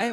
哎，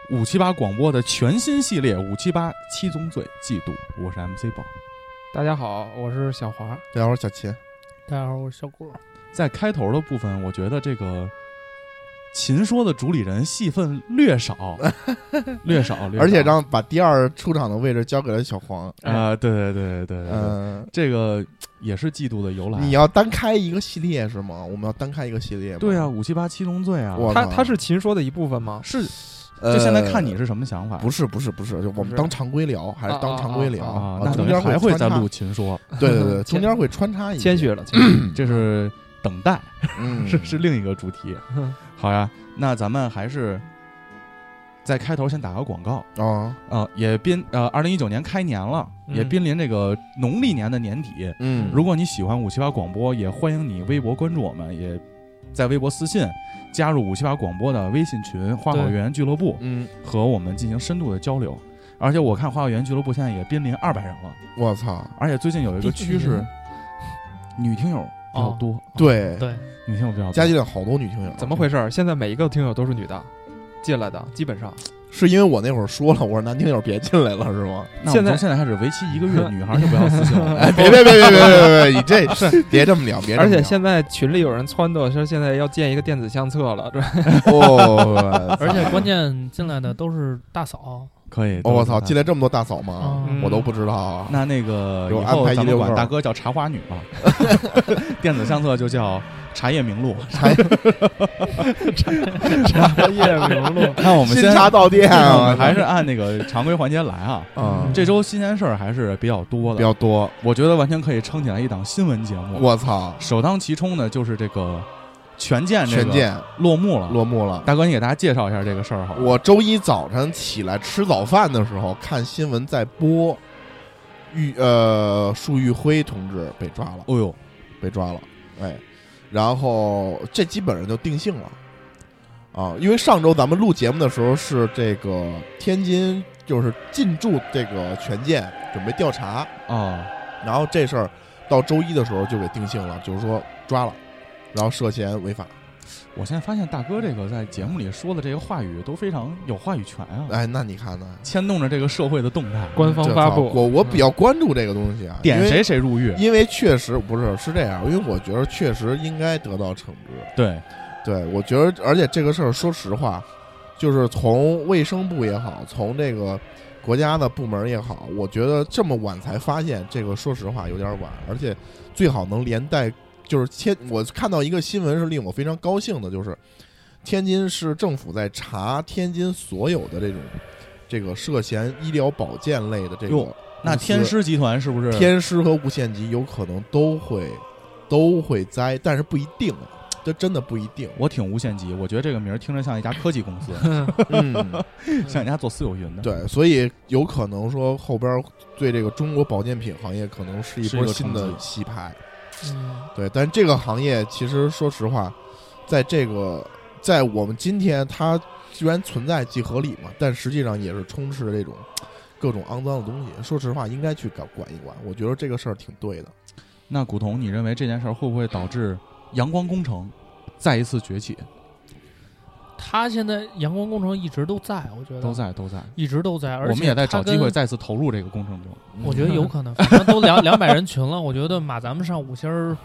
五七八广播的全新系列《五七八七宗罪嫉妒》，我是 MC 宝。大家好，我是小华。大家好，小秦，大家好，我是小顾。在开头的部分，我觉得这个秦说的主理人戏份略 少，略少，略少而且让把第二出场的位置交给了小黄。啊、对对对对对对对嗯，这个也是嫉妒的由来。你要单开一个系列是吗？我们要单开一个系列吗？对啊，，五七八七宗罪啊，我他靠他是秦说的一部分吗？是呃就现在看你是什么想法？不是不是不是，就我不们是当常规聊，还是当常规聊啊，那等中于间还会会再穿插录秦说，对对对，中谦间会穿插一些谦虚 了，谦这是等待，嗯，是是另一个主题。虚。 好呀，那咱们还是在开头先打个广告啊、啊，也濒呃，二零一九年开年了，嗯也濒临这个农历年的年底。嗯，如果你喜欢五七八广播，也欢迎你微博关注我们，也在微博私信加入五七八广播的微信群“花火园俱乐部嗯，”，和我们进行深度的交流。而且我看花火园俱乐部现在也濒临二百人了，我操，而且最近有一个趋势，女听友比较哦多，对，对，女听友比较多。加进来好多女听友，怎么回事？现在每一个听友都是女的进来的，基本上是因为我那会儿说了，我说男听友别进来了是吗？那我们现在从现在开始，为期一个 月，女孩就不要私信我 们。哎，别别别别别别别，你这别这么聊，别这么聊，而且现在群里有人撺掇说现在要建一个电子相册 了，这哦，而且关键进来的都是大嫂，可以。哦我操，进来。来这么多大嫂吗？哦嗯我都不知道啊。那那个有以安后排咱们一溜管够大哥叫茶花女 吧，电子相册就叫茶叶名录。茶叶名录。那我们新先，茶到店我啊，们还是按那个常规环节来啊。啊这周新鲜事儿还是比较多比的，较多。我觉得完全可以撑起来一档新闻节目。我操，首当其冲的就是这个权健这全个健落幕了。落幕了。大哥，你给大家介绍一下这个事儿好吗？我周一早晨起来吃早饭的时候看新闻在播，玉呃束玉辉同志被抓了，哦呦，被抓了，哎，然后这基本上就定性了啊，因为上周咱们录节目的时候是这个天津就是进驻这个权健准备调查，哦，然后这事儿到周一的时候就给定性了，就是说抓了，然后涉嫌违法。我现在发现大哥这个在节目里说的这个话语都非常有话语权啊，哎，那你看呢？牵动着这个社会的动态。官方这发操布，我我比 较关注这个东西啊，点因为？谁谁入狱。因为确实不是是这样，因为我觉得确实应该得到惩治。对，对我觉得，而且这个事儿，说实话，就是从卫生部也好，从这个国家的部门也好，我觉得这么晚才发现这个，说实话有点晚，而且最好能连带就是天，我看到一个新闻是令我非常高兴的，就是天津市政府在查天津所有的这种这个涉嫌医疗保健类的这个哟那公司天狮集团是不是？天师和无限极有可能都会都会栽，但是不一定啊，这真的不一定。我挺无限极，我觉得这个名儿听着像一家科技公 司，嗯，像一家做私有云的。， 对，所以有可能说后边对这个中国保健品行业可能是一是波一个新冲的击洗牌。嗯，对，但这个行业其实说实话，在这个在我们今天它居然存在即合理嘛，但实际上也是充斥着这种各种肮脏的东西。说实话，应该去搞管一管，我觉得这个事儿挺对的。 那古潼，你认为这件事儿会不会导致阳光工程再一次崛起？啊他现在阳光工程一直都在，我觉得都，在，都在。一直都在，而我且们也在找他跟机会再次投入这个工程中。我觉得有可能，反正都两两百人群了，我觉得马咱们上五星儿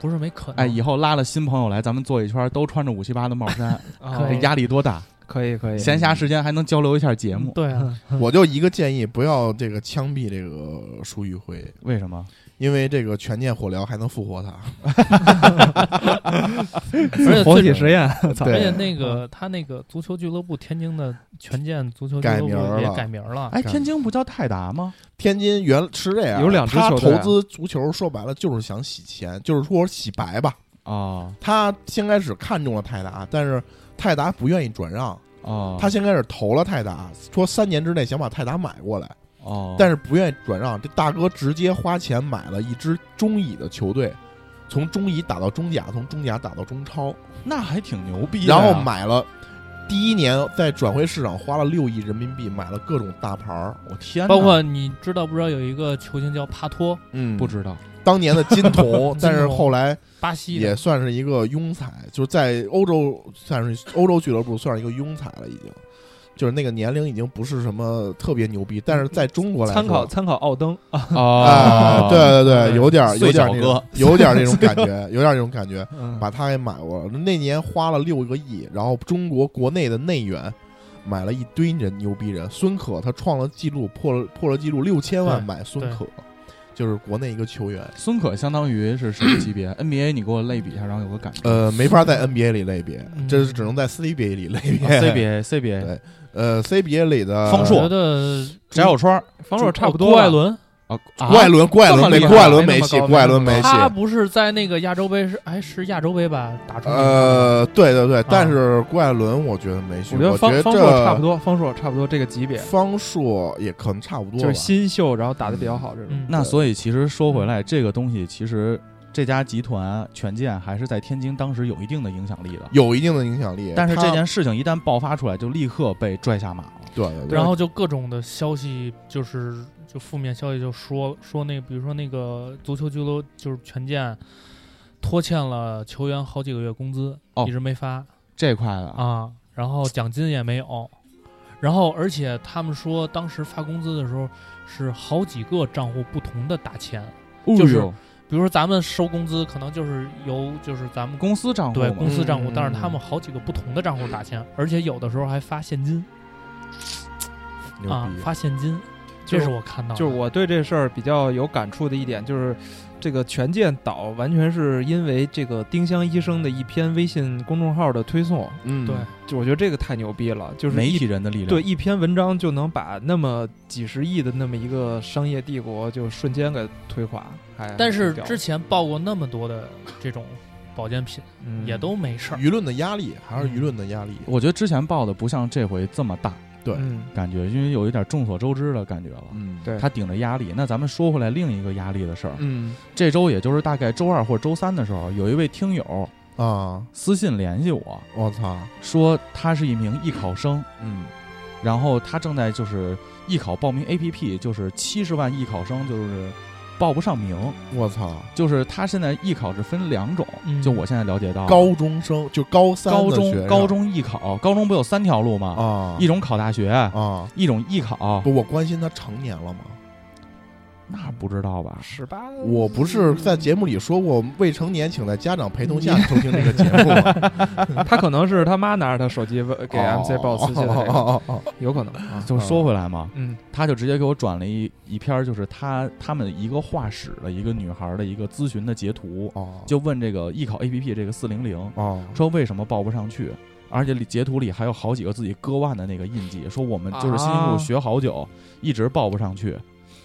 不是没可能。哎，以后拉了新朋友来，咱们坐一圈儿，都穿着五七八的帽 衫，啊可这以压力多大？可以可以。闲暇时间还能交流一下节目，对 啊，我就一个建议，不要这个枪毙这个舒玉辉。为什么？啊因为这个全健火疗还能复活他。而且活最体实验，而且那个他那个足球俱乐部天津的权健足球俱改乐名儿部也了改名儿了，哎，天津不叫泰达吗？天津原是这样，有两支他球队投啊资足球，说白了就是想洗钱，就是说洗白吧。啊，他先开始看中了泰达，但是泰达不愿意转让，哦，他先开始投了泰达，说三年之内想把泰达买过来，哦，但是是不愿意转让。这大哥直接花钱买了一支中乙的球队，从中乙打到中甲，从中甲打到中超，那还挺牛逼的呀。然后买了。第一年在转会市场花了六亿人民币买了各种大牌儿，我天哪，包括你知道不知道有一个球星叫帕托，，嗯不知道当年的金童但是后来巴西的也算是一个庸才，就是在欧洲算是欧洲俱乐部算是一个庸才了，已经，就是那个年龄已经不是什么特别牛逼，但是在中国来说参考参考奥登，哦啊，对对对，有点有碎点脚那种哥 有点那种感觉，有点那种感觉，嗯把他给买过来。那年花了六个亿，然后中国国内的内援买了一堆人牛逼人，孙可他创了记录，破了破了记录六千万对买孙对可，就是国内一个球员。孙可相当于是什么级别？NBA 你给我类比一下，然后有个感觉。啊呃，没法在 NBA 里类别，嗯这是只能在 CBA 里类别。啊 CBA CBA 对呃，CBA 里的方硕我觉得翟小川防守差不郭多哦艾了。伦，啊，郭艾伦，郭艾这伦么没厉害郭艾伦没那没么戏，高郭艾伦没没戏。他不是在那个亚洲杯是哎是亚洲杯吧打出去的呃，对对对，但啊是郭艾伦我觉得没戏，我觉得我觉方得方硕差不这多，方硕差不多这个级别，方硕也可能差不多就是吧。新秀，然后打的比较好这种。嗯那所以其实说回来，这个东西其实这家集团权健还是在天津当时有一定的影响力的。有一定的影响力，但是他这件事情一旦爆发出来，就立刻被拽下马了。对对对，然后就各种的消息，就是就负面消息，就说说那，比如说那个足球俱乐就是权健拖欠了球员好几个月工资，哦一直没发这块的啊，啊，然后奖金也没有，然后而且他们说当时发工资的时候是好几个账户不同的打钱，嗯就是哎呦比如说咱们收工资可能就是由就是咱们公公司账户对嘛公司账户，嗯但是他们好几个不同的账户打钱，而且有的时候还发现金牛啊，逼，发现金。这就是我看到的，就是我对这事儿比较有感触的一点，就是这个权健倒完全是因为这个丁香医生的一篇微信公众号的推送，嗯，对就我觉得这个太牛逼了，就是媒一体人的力量。对，一篇文章就能把那么几十亿的那么一个商业帝国就瞬间给推垮，还但是挺屌之前报过那么多的这种保健品，嗯也都没事儿。舆论的压力还是舆论的压力，我觉得之前报的不像这回这么大，对嗯感觉因为有一点众所周知的感觉了。嗯，对他顶着压力，那咱们说回来另一个压力的事儿。嗯这周也就是大概周二或者周三的时候，有一位听友啊，私信联系我我操，说，他是一名艺考生，嗯然后他正在就是艺考报名 APP，就是七十万艺考生就是报不上名，我操，啊就是他现在艺考是分两种，嗯就我现在了解到高中生就高三高的学中生高中艺考，高中不有三条路吗？啊一种考大学，啊，一种艺考，不，我关心他成年了吗？那不知道吧？十八，我不嗯是在节目里说过未成年请在家长陪同下收听这 个节目吗？他可能是他妈拿着他手机问 给 MC 报私信的这个，哦哦哦哦有可能啊，就说回来嘛，嗯他就直接给我转了一一篇儿，就是他他们一个画室的一个女孩儿的一个咨询的截图，哦，就问这个艺考 APP 这个四零零哦，说为什么报不上去，而且里截图里还有好几个自己割腕的那个印记，说我们就是辛辛苦苦啊学好久，一直报不上去。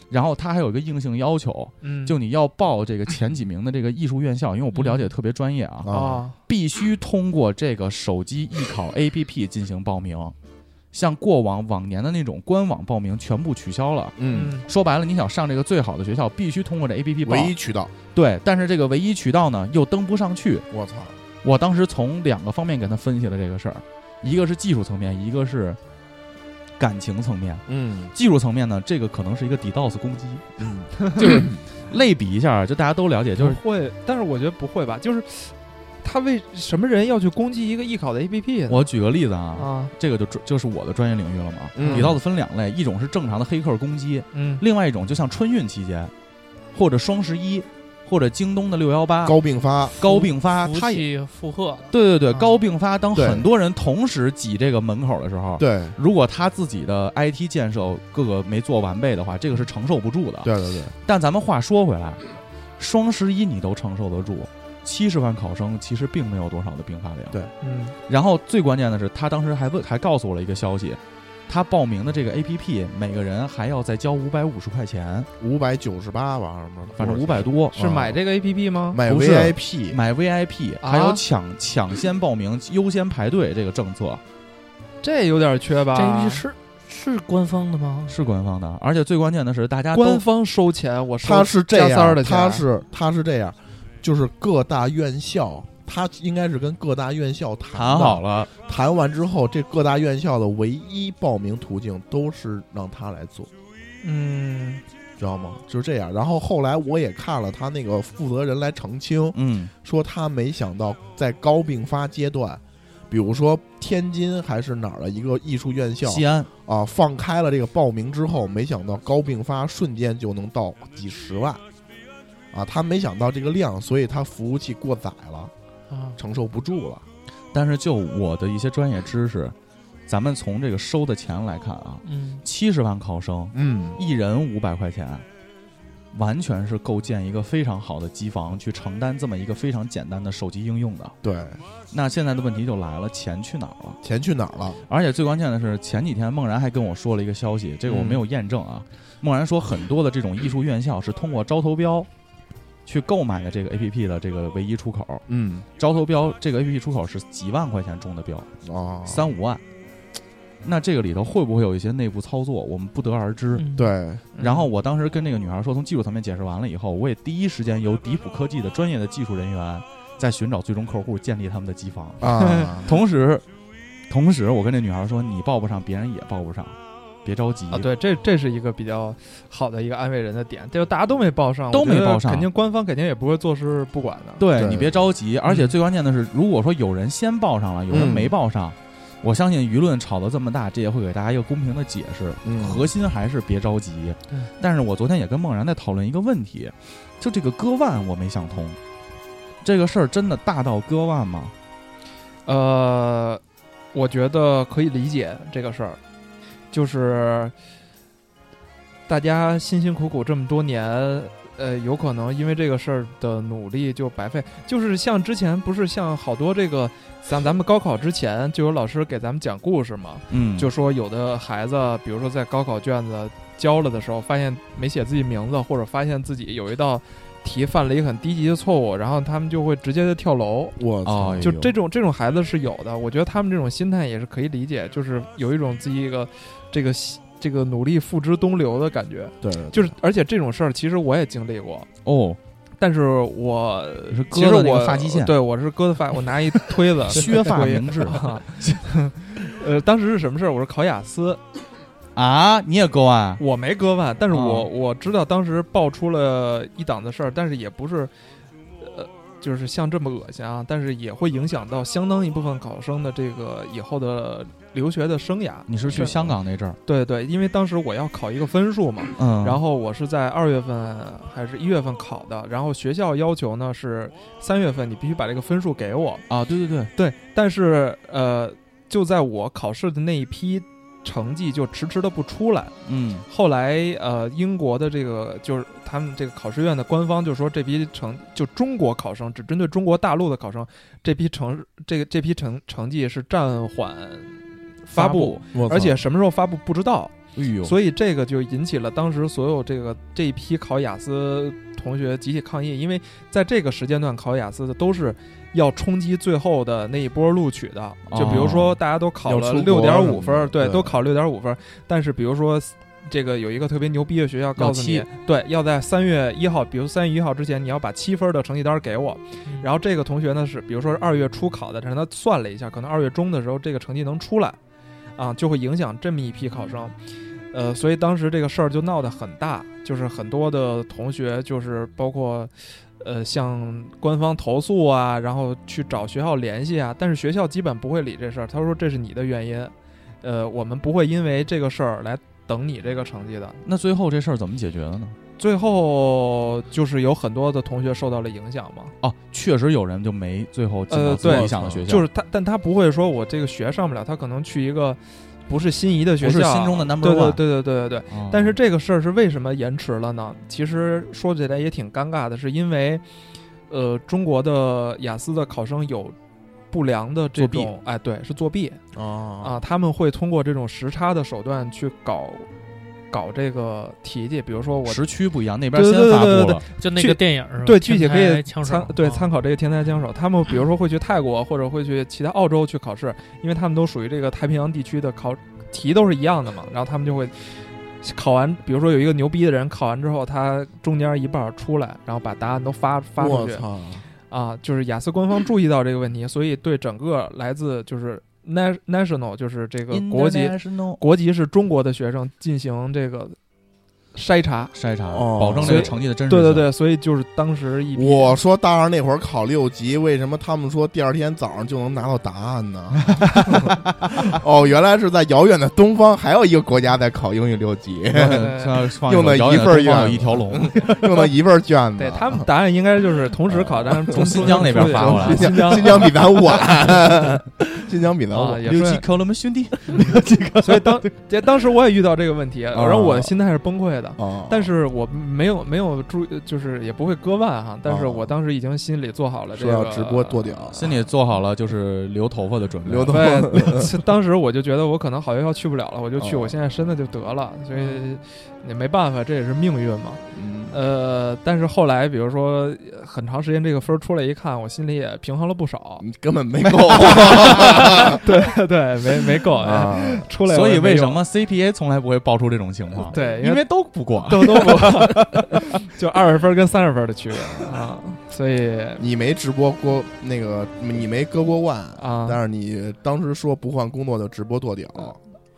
然后他还有一个硬性要求，嗯，就你要报这个前几名的这个艺术院校，因为我不嗯了解特别专业啊，啊，哦啊必须通过这个手机艺考 APP 进行报名。像过往往年的那种官网报名全部取消了。嗯，嗯说白了，你想上这个最好的学校，必须通过这 APP 报。唯一渠道，对，但是这个唯一渠道呢，又登不上去。我操，我当时从两个方面跟他分析了这个事儿，一个是技术层面，一个是感情层面。嗯技术层面呢，这个可能是一个 DDoS 攻击，嗯，就是类比一下，就大家都了解，就是不会，但是我觉得不会吧，就是他为什么人要去攻击一个艺考的 APP 嗯呢？我举个例子啊，啊，这个就专就是我的专业领域了嘛。嗯 DDoS 分两类，一种是正常的黑客攻击，嗯，另外一种就像春运期间，或者双十一，或者京东的六幺八高并发，高并发，服它也气负荷了，对对对，啊高并发。当对很多人同时挤这个门口的时候，对如果他自己的 IT 建设各个没做完备的话，这个是承受不住的。对对对，但咱们话说回来，双十一你都承受得住，七十万考生其实并没有多少的并发量。对嗯然后最关键的是，他当时还问，还告诉我了一个消息，他报名的这个 APP 每个人还要再交五百五十块钱，五百九十八吧，什么，反正五百多。是啊买这个 APP 吗？嗯买不是 VIP，买 VIP，啊还有抢、抢先报名、优先排队这个政策，这有点缺吧？这是是官方的吗？是官方的，而且最关键的是，大家都官方收钱，我收他是这加三儿样的，钱他是他是这样，就是各大院校，他应该是跟各大院校谈谈的好，了，谈完之后，这各大院校的唯一报名途径都是让他来做，嗯，知道吗？就是这样。然后后来我也看了他那个负责人来澄清，嗯，说他没想到在高并发阶段，比如说天津还是哪儿的一个艺术院校西安啊，放开了这个报名之后，没想到高并发瞬间就能到几十万，啊，他没想到这个量，所以他服务器过载了，啊，承受不住了。但是就我的一些专业知识，咱们从这个收的钱来看啊，嗯，七十万考生，嗯，一人五百块钱，完全是构建一个非常好的机房去承担这么一个非常简单的手机应用的。对，那现在的问题就来了，钱去哪儿了？钱去哪儿了？而且最关键的是，前几天梦然还跟我说了一个消息，这个我没有验证啊。梦然说，很多的这种艺术院校是通过招投标去购买的这个 APP 的这个唯一出口。嗯，招投标这个 APP 出口是几万块钱中的标，哦，三五万。那这个里头会不会有一些内部操作，我们不得而知。嗯，对，然后我当时跟这个女孩说，从技术层面解释完了以后，我也第一时间由迪普科技的专业的技术人员在寻找最终客户，建立他们的机房。 ，啊同时，同时我跟这女孩说，你报不上，别人也报不上，别着急啊，对，这这是一个比较好的一个安慰人的点，就是大家都没报上，都我觉得没报上肯定官方肯定也不会坐视不管的。对对你别着急，而且嗯最关键的是，如果说有人先报上了，有人嗯没报上，我相信舆论吵得这么大，这也会给大家一个公平的解释。嗯核心还是别着急对。但是我昨天也跟梦然在讨论一个问题，就这个割腕我没想通，这个事儿真的大到割腕吗？呃，我觉得可以理解这个事儿，就是大家辛辛苦苦这么多年，呃，有可能因为这个事儿的努力就白费。就是像之前不是像好多这个，像咱们高考之前就有老师给咱们讲故事嘛，嗯就说有的孩子，比如说在高考卷子交了的时候，发现没写自己名字，或者发现自己有一道题犯了一个很低级的错误，然后他们就会直接就跳楼。我操哎，就呦这种这种孩子是有的，我觉得他们这种心态也是可以理解，就是有一种自己一个这个这个努力付之东流的感觉。对，就是而且这种事儿，其实我也经历过，哦，但是我你是其割实了那个我发际线，对我是割的发，我拿一推子 削发推明志 啊呃，当时是什么事儿？我是考雅思，啊，你也割腕？我没割腕，但是我、哦我知道当时爆出了一档子事儿，但是也不是，呃，就是像这么恶心啊，但是也会影响到相当一部分考生的这个以后的留学的生涯。你是去啊香港那阵儿？对对，因为当时我要考一个分数嘛，嗯，然后我是在二月份还是一月份考的，然后学校要求呢是三月份你必须把这个分数给我，啊，对对对，对，但是呃，就在我考试的那一批成绩就迟迟的不出来。嗯后来呃，英国的这个就是他们这个考试院的官方就说，这批成就中国考生只针对中国大陆的考生，这批成这个这批成成绩是暂缓发布，，我操而且什么时候发布不知道，哎呦，所以这个就引起了当时所有这个这一批考雅思同学集体抗议，因为在这个时间段考雅思的都是要冲击最后的那一波录取的，就比如说大家都考了要出六国点什五么分儿，的对，对都考六点五分儿，但是比如说。这个有一个特别牛逼的学校告诉你要七，对，要在三月一号，比如三月一号之前，你要把七分的成绩单给我。嗯然后这个同学呢是，比如说是二月初考的，但是他算了一下，可能二月中的时候这个成绩能出来，啊，就会影响这么一批考生。呃，所以当时这个事儿就闹得很大，就是很多的同学，就是包括，呃，向官方投诉啊，然后去找学校联系啊，但是学校基本不会理这事儿。他说这是你的原因，呃，我们不会因为这个事儿来等你这个成绩的。那最后这事儿怎么解决的呢？最后就是有很多的同学受到了影响嘛，哦，确实有人就没最后进呃到自己对理想的学校，就是他，但他不会说我这个学上不了，他可能去一个不是心仪的学不是校，心中的 number 对对 one。对对对对对。哦但是这个事儿是为什么延迟了呢？其实说起来也挺尴尬的，是因为，呃，中国的雅思的考生有不良的这作弊哦种，哎，对，是作弊啊啊，他们会通过这种时差的手段去搞搞这个体育，比如说我时区不一样，那边对先对对发对布对了，就那具个电影是吧对，具体可天以才枪手参对啊参考这个天才枪手，他们比如说会去泰国或者会去其他澳洲去考试，因为他们都属于这个太平洋地区的考题都是一样的嘛，然后他们就会考完，比如说有一个牛逼的人考完之后，他中间一半儿出来，然后把答案都发发出我去操，啊，就是雅思官方注意到这个问题，所以对整个来自就是 na- national 就是这个国籍 International 国籍是中国的学生进行这个筛查。筛查，哦保证这所个以成绩的真实对性。对对，所以就是当时一批我说大二那会儿考六级，为什么他们说第二天早上就能拿到答案 呢？哦，原来是在遥远的东方，还有一个国家在考英语六级，对， 像放用了遥一远的份儿东方有愿一条龙，用了一份卷子。对他们答案应该就是同时考，但是从新疆那边发 过来新新疆疆新疆比咱 晚，新疆比咱啊，晚。也六级是。克罗们兄弟，所以当这当时我也遇到这个问题，啊然后我的心态是崩溃的。哦，但是我没有没有注，就是也不会割腕哈。但是我当时已经心里做好了这说个要直播跺脚，心里做好了就是留头发的准备。刘东 对，当时我就觉得我可能好学校去不了了，我就去哦我现在身的就得了，所以也没办法，这也是命运嘛。 嗯呃，但是后来比如说呃很长时间这个分儿出来一看，我心里也平衡了不少。你根本没够 对对，没没够，哎啊！出来所我以也没为什用 么 CPA 从来不会爆出这种情况？对，因因为为都不过。都都不， 就二十分跟三十分的区 别啊，所以你没直播过那个，你没割过腕啊但是你当时说不换工作就直播跺脚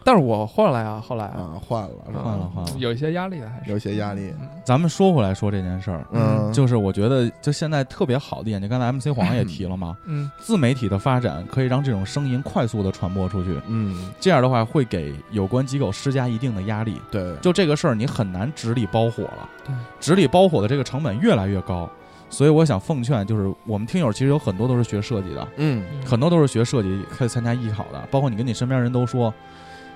但是我后来啊，后来啊，啊，换了是吧？换了换了有一些压力的还是嗯有些压力，咱们说回来说这件事儿，嗯，就是我觉得就现在特别好的一点，就刚才 MC 黄也提了 嘛，嗯自媒体的发展可以让这种声音快速的传播出去，嗯，这样的话会给有关机构施加一定的压力。对，就这个事儿，你很难直立包火了对，直立包火的这个成本越来越高。所以我想奉劝，就是我们听友其实有很多都是学设计的，嗯，很多都是学设计可以参加艺考的，包括你跟你身边人都说，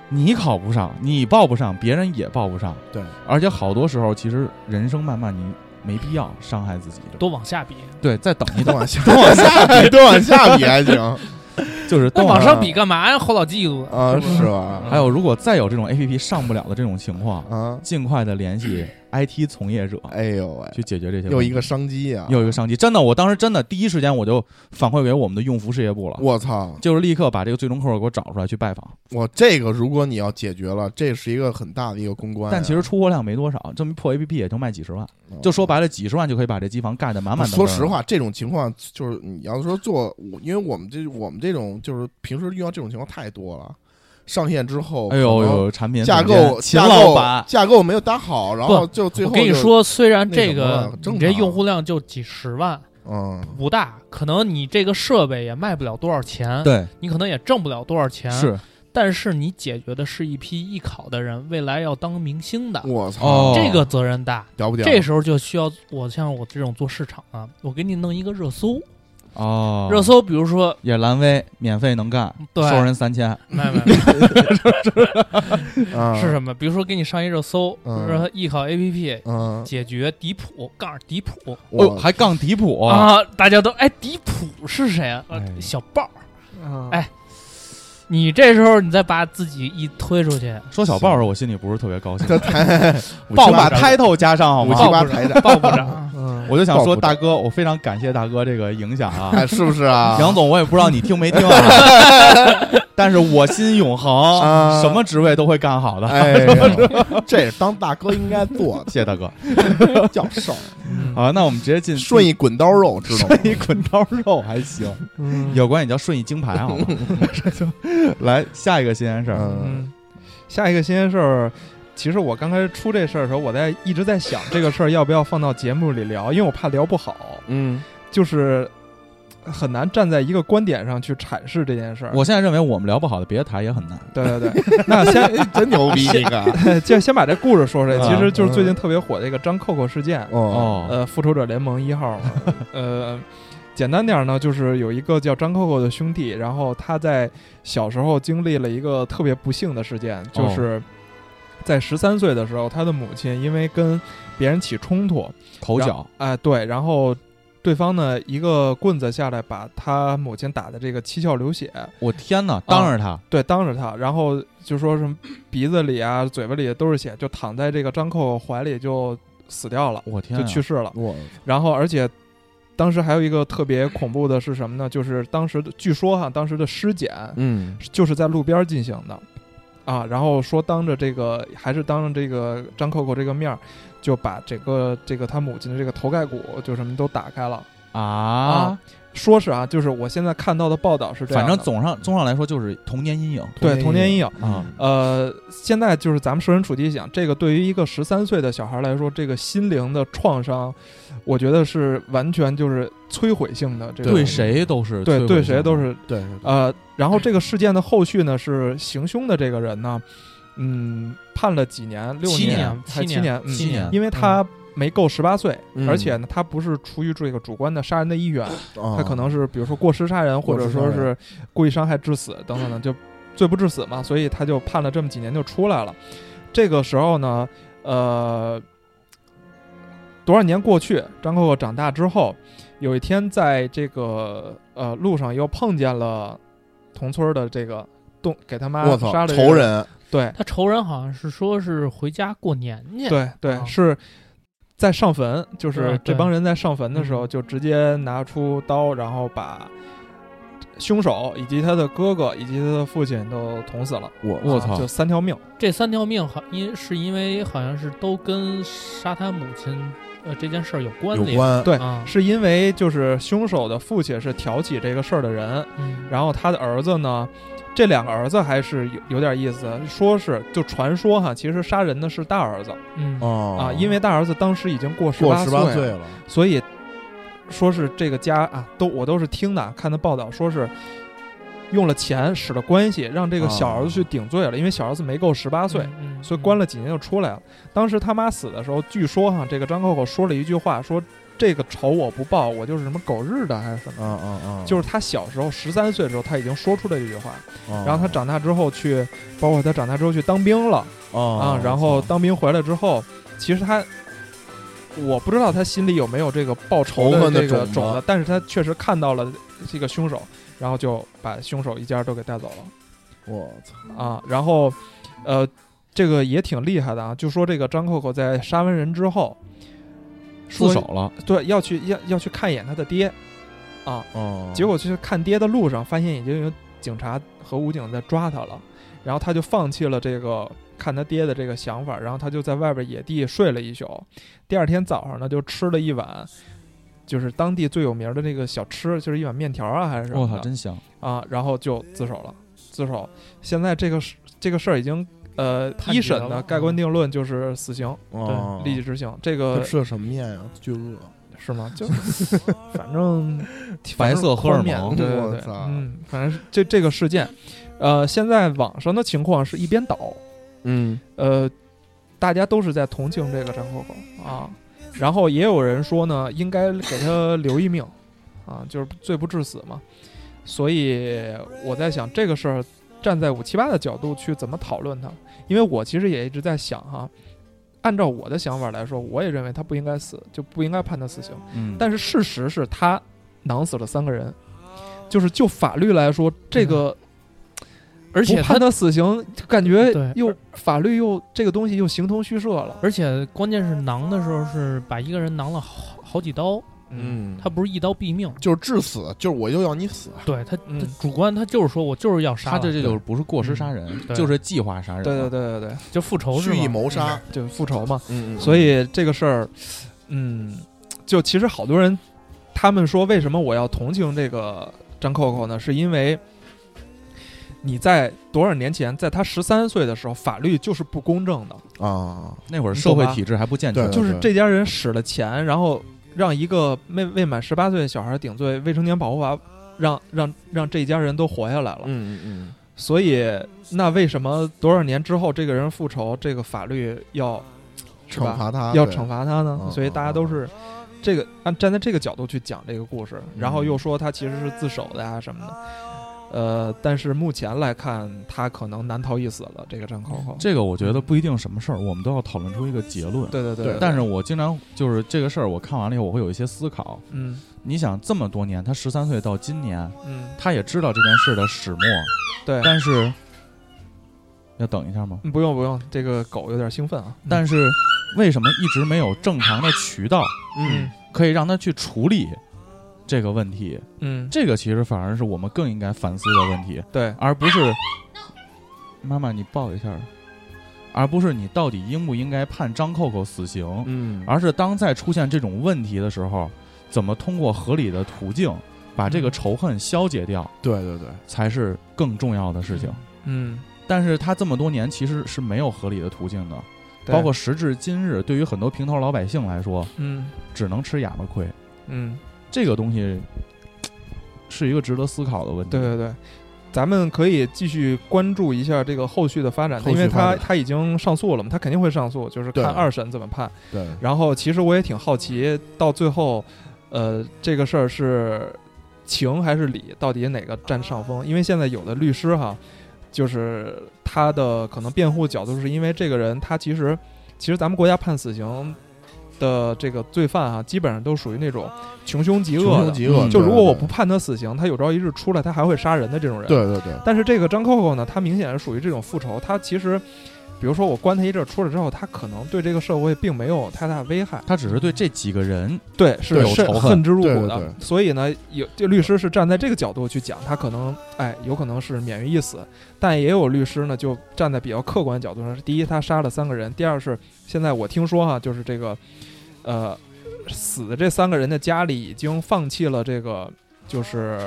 你考不上，你报不上，别人也报不上。对，而且好多时候，其实人生漫漫，你没必要伤害自己。多往下比，对，再等一多等，往下，多往下比，多往下比还行 就是那等往会儿。上比干嘛呀？侯老嫉妒啊，不是吧？还有，如果再有这种 A P P 上不了的这种情况，啊，尽快的联系 I T 从业者哎呦喂，去解决这些问题。又一个商机啊！又一个商机，真的，我当时真的第一时间我就反馈给我们的用服事业部了，我操！就是立刻把这个最终客户给我找出来去拜访。我这个如果你要解决了，这是一个很大的一个公关啊。但其实出货量没多少，这么一破 A P P 也就卖几十万，嗯就说白了，几十万就可以把这机房盖得满满当说当。实，话，这种情况就是你要说做，我因为我们这我们这种就是平时遇到这种情况太多了。上线之后，哎呦，有产品架总监构秦架老构板，架构没有搭好，然后就最我后跟你就，说，虽然那这什个么正你这常用户量就几十万，嗯，不大，可能你这个设备也卖不了多少钱，对，你可能也挣不了多少钱，。是但是你解决的是一批艺考的人，未来要当明星的，我操，哦，这个责任大。屌不屌？这时候就需要我像我这种做市场啊，我给你弄一个热搜，哦，热搜，比如说，也蓝威免费能干，对收人三千，没有没 有啊是什么？比如说给你上一热搜，比嗯如说艺考 APP 嗯，解决迪普杠迪普哦，我还杠迪普，啊，大家都哎，迪普是谁啊？呃哎小豹儿。嗯哎你这时候你再把自己一推出去，说小报的时候，我心里不是特别高兴，这台报五七把八 title 加上好五吗七？八台长，报部长嗯，我就想报说，不大哥，我非常感谢大哥这个影响啊， 哎，是不 是啊？杨总，我也不知道你听没 听、啊，但是我心永恒，啊什么职位都会干好的。哎呀， 这是当大哥应该做谢谢大哥。的，叫 事儿， 好，那我们直接进顺义滚刀肉，知道吗？顺义滚刀肉还行，嗯 有关也叫顺义金牌好 吗？来下一个新鲜事儿，嗯嗯，下一个新鲜事儿，其实我刚开始出这事儿的时候，我在一直在想这个事儿要不要放到节目里聊，因为我怕聊不好，嗯，就是很难站在一个观点上去阐释这件事儿。我现在认为我们聊不好的别的台也很难。对对对，那先嗯真牛逼这 个，就先把这故事说出来，啊其实就是最近特别火的一个张扣扣事件，哦，哦，呃，复仇者联盟一号嘛，呃，简单点儿呢，就是有一个叫张扣扣的兄弟，然后他在小时候经历了一个特别不幸的事件，就哦是在十三岁的时候，他的母亲因为跟别人起冲突，口角哎、对，然后对方呢一个棍子下来把他母亲打的这个七窍流血，我天哪，当着他，对，当着他，然后就说什么鼻子里啊、嘴巴里都是血，就躺在这个张扣怀里就死掉了，我天就啊，去世了。我然后而且当时还有一个特别恐怖的是什么呢？就是当时的据说哈，当时的尸检嗯就是在路边进行的。啊，然后说当着这个还是当着这个张扣扣这个面儿，就把整个这个他母亲的这个头盖骨就什么都打开了。啊，说是啊，就是我现在看到的报道是这样反的，正总上综上来说就是童年阴影对童年阴影。啊，嗯呃，现在就是咱们设身处地想，这个对于一个十三岁的小孩来说，这个心灵的创伤，我觉得是完全就是摧毁性的。这种对谁都是对摧毁对性谁的都是对呃，然后这个事件的后续呢，是行凶的这个人呢，嗯，判了几年，六七年年，还七七年，嗯七年因为他没够十八岁，嗯而且呢，他不是出于这个主观的杀人的意愿，他他可能是比如说过失杀人，或哦者过失杀说人是故意伤害致死等等的，就罪不至死嘛，所以他就判了这么几年就出来了。这个时候呢，呃，多少年过去，张扣扣长大之后，有一天在这个呃路上又碰见了同村的这个动给他妈我杀操了这个仇，人，对他仇人好像是说是回家过年去，对对啊是。在上坟，就是对这对帮人在上坟的时候，嗯就直接拿出刀，然后把凶手以及他的哥哥以及他的父亲都捅死了。我我啊操就三条命。这三条命好因是因为好像是都跟杀他母亲呃这件事儿有关有联，关对啊，是因为就是凶手的父亲是挑起这个事儿的人，嗯然后他的儿子呢，这两个儿子还是有有点意思，说是就传说哈，其实杀人的是大儿子嗯哦啊，因为大儿子当时已经过十过八十岁八了，岁了，所以说是这个家啊，都我都是听的看的报道，说是。用了钱使了关系，让这个小儿子去顶罪了，因为小儿子没够十八岁，嗯所以关了几年就出来了。当时他妈死的时候，据说哈，这个张扣扣说了一句话，说这个仇我不报，我就是什么狗日的还是什么。嗯嗯嗯，就是他小时候十三岁的时候，他已经说出了这句话。然然后他长大之后去，包括他长大之后去当兵了啊啊。然后当兵回来之后，其实他，我不知道他心里有没有这个报仇仇恨的这个种子种子，但是他确实看到了这个凶手，然后就把凶手一家都给带走了。我操，啊，然后，呃，这个也挺厉害的啊。就说这个张扣扣在杀完人之后，自说首了，对要去要要去看一眼他的爹，哦，结果去看爹的路上，发现已经有警察和武警在抓他了，然后他就放弃了这个看他爹的这个想法，然后他就在外边野地睡了一宿。第二天早上呢，就吃了一碗，就是当地最有名的那个小吃，就是一碗面条啊还是什我么操，的。真香！啊，然后就自首了。自首，现在这个事这个事儿已经呃判一决审了嗯的嘛盖棺定论就是死刑，哦立即执行。这他个吃的什么面呀？巨饿，是吗？ 就反正 白反正色荷尔宽面蒙对对我对，操嗯，反正是这这个事件，呃，现在网上的情况是一边倒，嗯，呃，大家都是在同情这个张扣扣啊，然后也有人说呢，应该给他留一命啊，就是罪不至死嘛。所以我在想这个事儿，站在五七八的角度去怎么讨论它，因为我其实也一直在想哈、按照我的想法来说，我也认为他不应该死，就不应该判他死刑。嗯，但是事实是他囊死了三个人，就是就法律来说，这个、而且不他判他死刑，感觉对又法律又这个东西又形同虚设了。而且关键是囊的时候是把一个人囊了好好几刀，嗯，他不是一刀毙命，就是致死，就是我就要你死，对他嗯他主观他就是说我就是要杀他了，这这就是不是过失杀人，对就是计划杀人。啊对对对对对，就复仇是蓄吗意谋杀，就复仇嘛。嗯嗯，所以这个事儿，嗯，就其实好多人他们说为什么我要同情这个张扣扣呢？是因为你在多少年前，在他十三岁的时候，法律就是不公正的，啊，那会儿你社懂会吧体制还不健全对，就是这家人使了钱，然后让一个未未满十八岁的小孩顶罪未成年保护法，让让让这一家人都活下来了。嗯嗯所以，那为什么多少年之后这个人复仇，这个法律要嗯，是惩吧罚他，要对惩，罚他呢？嗯嗯所以大家都是这啊个按站在这个角度去讲这个故事，然后又说他其实是自首的呀、什么的。呃，但是目前来看，他可能难逃一死了。这个张扣嗯扣，这个我觉得不一定什么事儿，我们都要讨论出一个结论。对对对但是我经常就是这个事儿，我看完了以后我会有一些思考。嗯你想这么多年，他十三岁到今年，嗯，他也知道这件事的始末，对，但是要等一下吗？嗯不用不用，这个狗有点兴奋啊。但是为什么一直没有正常的渠道嗯可以让他去处理这个问题？嗯，这个其实反而是我们更应该反思的问题，对，而不是妈妈你抱一下，而不是你到底应不应该判张扣扣死刑，啊嗯而是当再出现这种问题的时候，怎么通过合理的途径把这个仇恨消解掉，对对对，才是更重要的事情。嗯，但是他这么多年其实是没有合理的途径的，对包括时至今日，对于很多平头老百姓来说，嗯只能吃哑巴亏。嗯，这个东西是一个值得思考的嗯问题。对对对。咱们可以继续关注一下这个后续的发展，后续因为他发展他已经上诉了嘛，他肯定会上诉，就是对看二审怎么判。对，然后其实我也挺好奇，到最后，呃，这个事儿是情还是理，到底哪个占上风？因为现在有的律师哈，就是他的可能辩护角度是因为这个人他其实，其实咱们国家判死刑的这个罪犯啊，基本上都属于那种穷凶极穷恶凶的。极恶。嗯就对如果我不，判他死刑，他有朝一日出来，他还会杀人的这种人。对对对但是这个张扣扣呢，他明显是属于这种复仇，他其实，比如说我关他一阵儿出来之后，他可能对这个社会并没有太大危害，他只是对这几个人，对，是对有有甚仇恨恨之入对骨对的。对所以呢，有这律师是站在这个角度去讲，他可能哎，有可能是免于一死，但也有律师呢，就站在比较客观角度上，第一，他杀了三个人；第二是现在我听说哈，就是这个，呃，死的这三个人的家里已经放弃了这个就是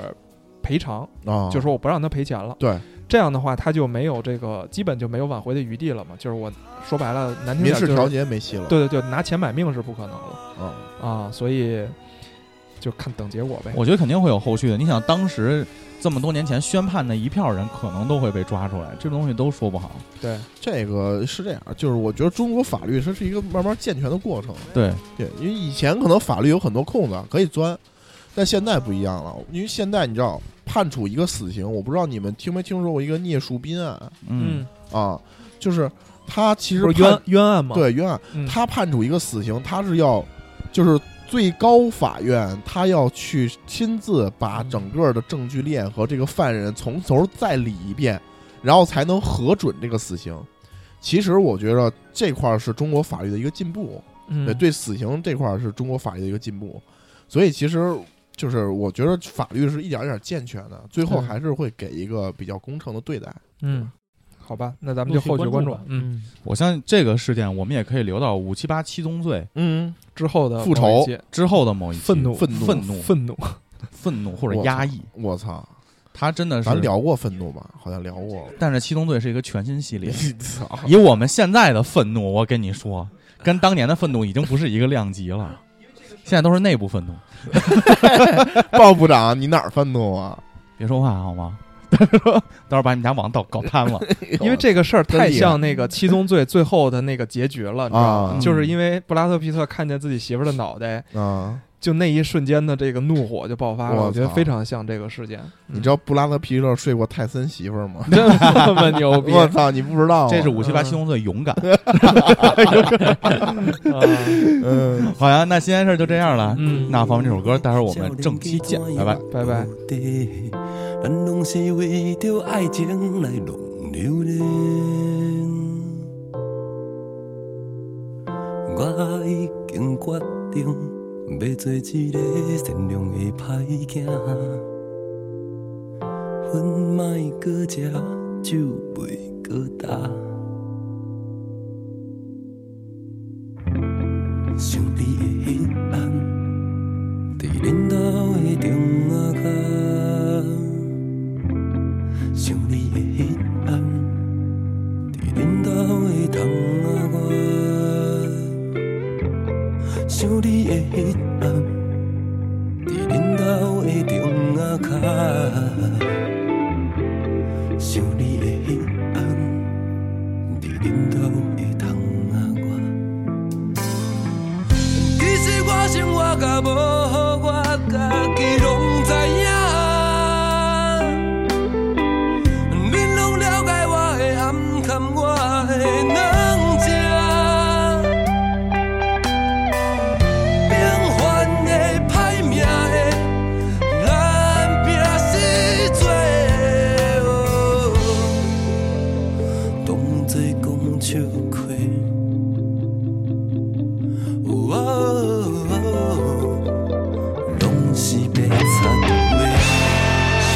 赔偿，对啊，就说我不让他赔钱了。对这样的话，他就没有这个基本就没有挽回的余地了嘛。就是我说白了，难听民点就事是调解没戏了。对对对，拿钱买命是不可能了。啊，啊，所以就看等结果呗。我觉得肯定会有后续的。你想，当时这么多年前宣判那一票人，可能都会被抓出来，这东西都说不好。对，这个是这样，就是我觉得中国法律它是一个慢慢健全的过程。对，对，因为以前可能法律有很多空子可以钻，但现在不一样了，因为现在你知道判处一个死刑，我不知道你们听没听说过一个聂树斌案嗯，，啊，就是他其实不是判冤冤案嘛？，对冤案，嗯、他判处一个死刑，他是要就是最高法院他要去亲自把整个的证据链和这个犯人从头再理一遍，然后才能核准这个死刑。其实我觉得这块儿是中国法律的一个进步，嗯对，对死刑这块儿是中国法律的一个进步，所以其实就是我觉得法律是一点儿一点儿健全的，最后嗯还是会给一个比较公正的对待。嗯，好吧，那咱们就后续关关注吧，嗯，嗯，我相信这个事件，我们也可以留到五七八七宗罪嗯，之后的复仇某一期、之后的某一期愤怒、愤怒愤怒、愤 怒，愤怒或者压抑，我操，他真的是咱。聊过愤怒吧？好像聊过了。但是七宗罪是一个全新系 列，操！以我们现在的愤怒，我跟你说，跟当年的愤怒已经不是一个量级了，现在都是内部愤怒。 鲍部长，你哪儿愤怒啊？别说话好吗？到时候把你们家网倒搞瘫 了。哦因为这个事儿真太厉害像那个七宗罪最后的那个结局了，你知道吗？啊就是因为布拉特皮特看见自己媳妇儿的脑袋，啊，就那一瞬间的这个怒火就爆发了，我我觉得操非常像这个事件。你知道布拉德皮特睡过泰森媳妇儿吗？嗯真他妈牛逼！我操，你不知道啊？这是五七八嗯七宗罪勇敢。啊嗯，好呀，那今天事儿就这样了。嗯那放完这首歌，待会儿我们正期见，拜拜。拜拜。咱拢是为着爱情来浪流连。我已经决定要做一个善良的歹仔，烟莫搁食，酒袂搁干。想你的迄暗。伫恁兜的中啊角，想你的彼暗，伫恁兜的窗啊外，想你的彼暗，伫恁兜的中啊角，想你的彼暗，伫恁兜的窗啊外。其实我生活甲无好，我家己拢知影。醉讲笑话。哦哦，拢是白贼话。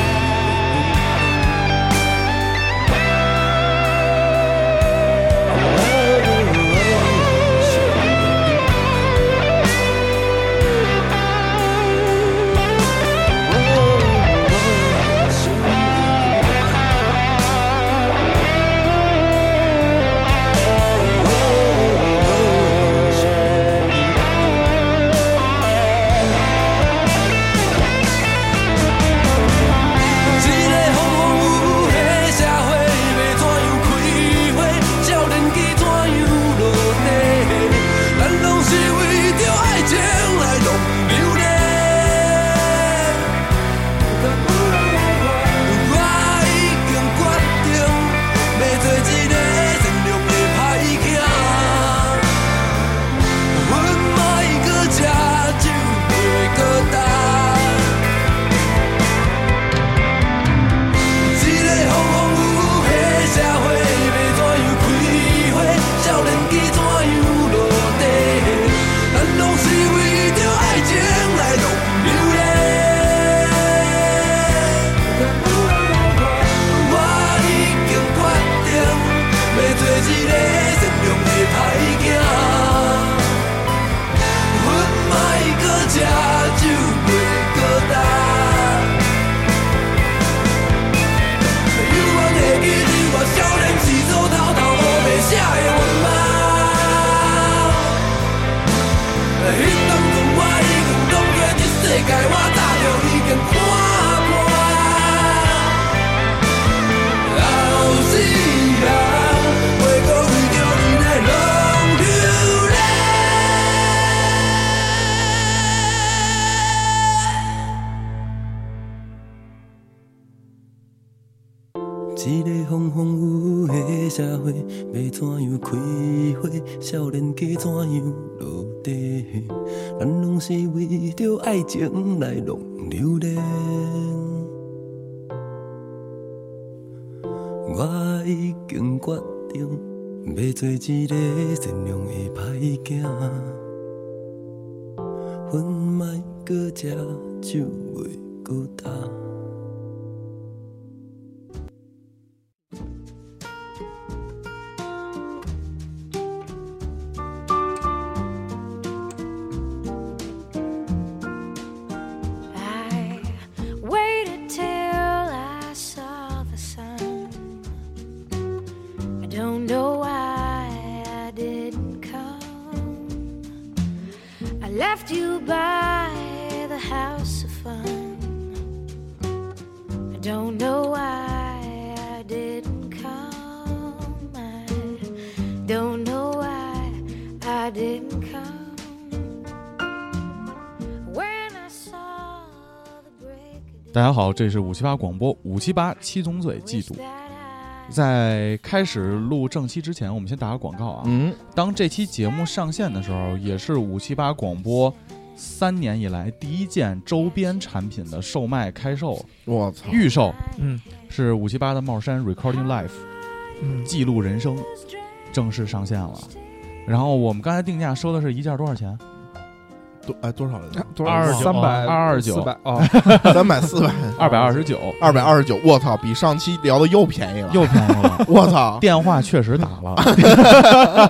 一个风雨的社会，要怎样开花？少年期怎样落地？咱拢是为着爱情来浪流连。我已经决定，要做一个善良的歹囝。阮莫搁吃酒，袂搁干。一个风风雨雨的社会，要怎样开花？少年期怎样落地？咱拢是为着爱情来浪流连。我已经决定，要做一个善良的歹囝。阮莫搁吃酒，袂搁干。永远会记得我少年时做偷偷乌白写的愿望。迄当阵我已经当做这世界我早就已经看破。后世人袂搁为着你来浪流连。一个风风雨雨的社会，要怎样开花？少年家怎样落地？咱拢是为着爱情来浪流连。我已经决定，要做一个善良的歹囝。烟莫搁食，酒袂搁干。 I waited till I saw the sun. I don't know why I didn't come. I left you by the house of fun. I don't know why I didn't come. I don't know why I didn't come. When I saw the break of 大家好，这是五七八广播五七八七宗罪，记住 wish。that I 在开始录正期之前，我们先打个广告啊。嗯，当这期节目上线的时候，也是五七八广播三年以来第一件周边产品的售卖、开售、我操，预售，嗯是五七八的帽衫 Recording Life 嗯，记录人生正式上线了。然后我们刚才定价收的是一件多少钱？多哎多少来着？多二少？十九三百29四百哦， 三百四百二百二十九，二百二十九，我操，比上期聊的又便宜了，。又便宜了我 操，电话确实打 了，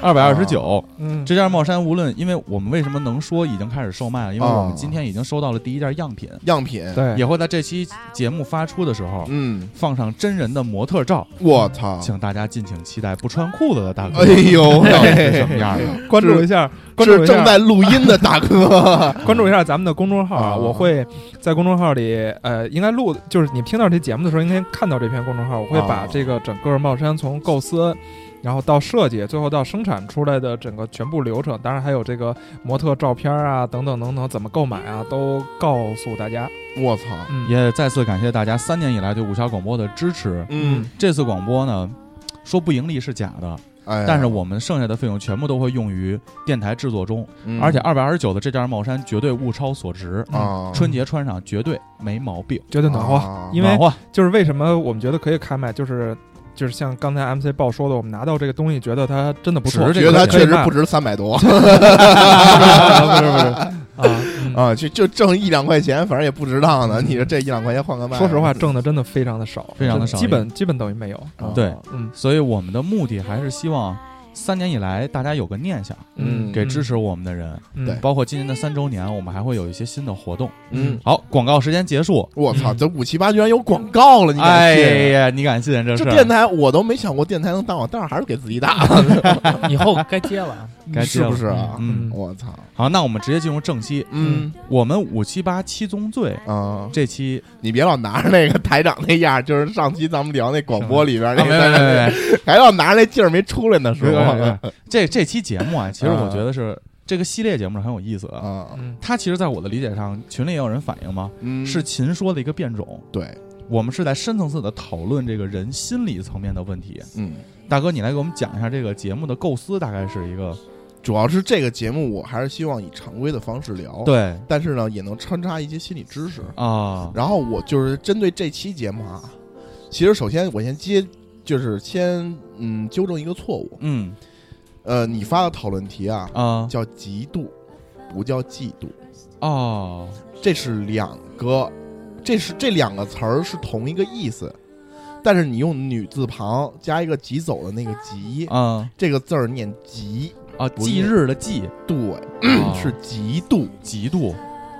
二百二十九。嗯，这件帽衫无论，因为我们为什么能说已经开始售卖了？因为我哦们今天已经收到了第一件样品，样品，对，也会在这期节目发出的时候哦嗯，放上真人的模特照，我操，请大家敬请期待不穿裤子的大哥哎 呦， 哎到底是什么样的。关注一下，关注是一正下。在录音的大哥， 关注一下咱们的公众号啊，啊我会在公众号里，呃，应该录，就是你听到这节目的时候，应该看到这篇公众号，我会把啊这个整个帽衫从构思，然后到设计，最后到生产出来的整个全部流程，当然还有这个模特照片啊，等等等等，怎么购买啊，都告诉大家。我操，嗯，也再次感谢大家三年以来对五七八广播的支持。嗯，这次广播呢，说不盈利是假的，哎呀，但是我们剩下的费用全部都会用于电台制作中，嗯而且二百二十九的这件帽衫绝对物超所值，啊，春节穿上绝对没毛病。绝对暖和，啊因为暖和就是为什么我们觉得可以开麦，就是就是像刚才 MC 报说的，我们拿到这个东西，觉得它真的不错，值觉得它可以确实卖不值三百多 不是不是不是啊。嗯啊，就就挣一两块钱，反正也不值当的。你说这一两块钱换个卖，说实话，挣的真的非常的少，非常的少基本基本等于没有。啊对，嗯所以我们的目的还是希望三年以来大家有个念想，嗯给支持我们的人，嗯对包括今年的三周年，我们还会有一些新的活动。嗯，好，广告时间结束。我操，嗯这五七八居然有广告了，你敢哎信？啊呀，啊你敢信这这事？电台我都没想过电台能当我，但是还是给自己打， 以后该接了。该接 是了不是啊？嗯，我操，好，那我们直接进入正题。嗯我们五七八七宗罪啊，这期你别老拿着那个台长那样，就是上期咱们聊那广播里边啊，那没没没个，没还要拿着那劲儿没出来呢，是没没吧？没，这 这期节目啊，其实啊我觉得是这个系列节目是很有意思的。啊，嗯它其实，在我的理解上，群里也有人反映嘛，嗯是秦说的一个变种。对，我们是在深层次的讨论这个人心理层面的问题。嗯，大哥，你来给我们讲一下这个节目的构思，大概是一个主要是这个节目，我还是希望以常规的方式聊，，对但是呢，也能穿插一些心理知识。啊，然后我就是针对这期节目啊，其实首先我先接，就是先嗯纠正一个错误，嗯呃，你发的讨论题啊啊叫嫉妒，不叫嫉妒，哦这是两个，这是这两个词儿是同一个意思，但是你用女字旁加一个疾走的那个疾，啊这个字儿念嫉，啊，不是忌日的忌对，是嫉妒，嫉妒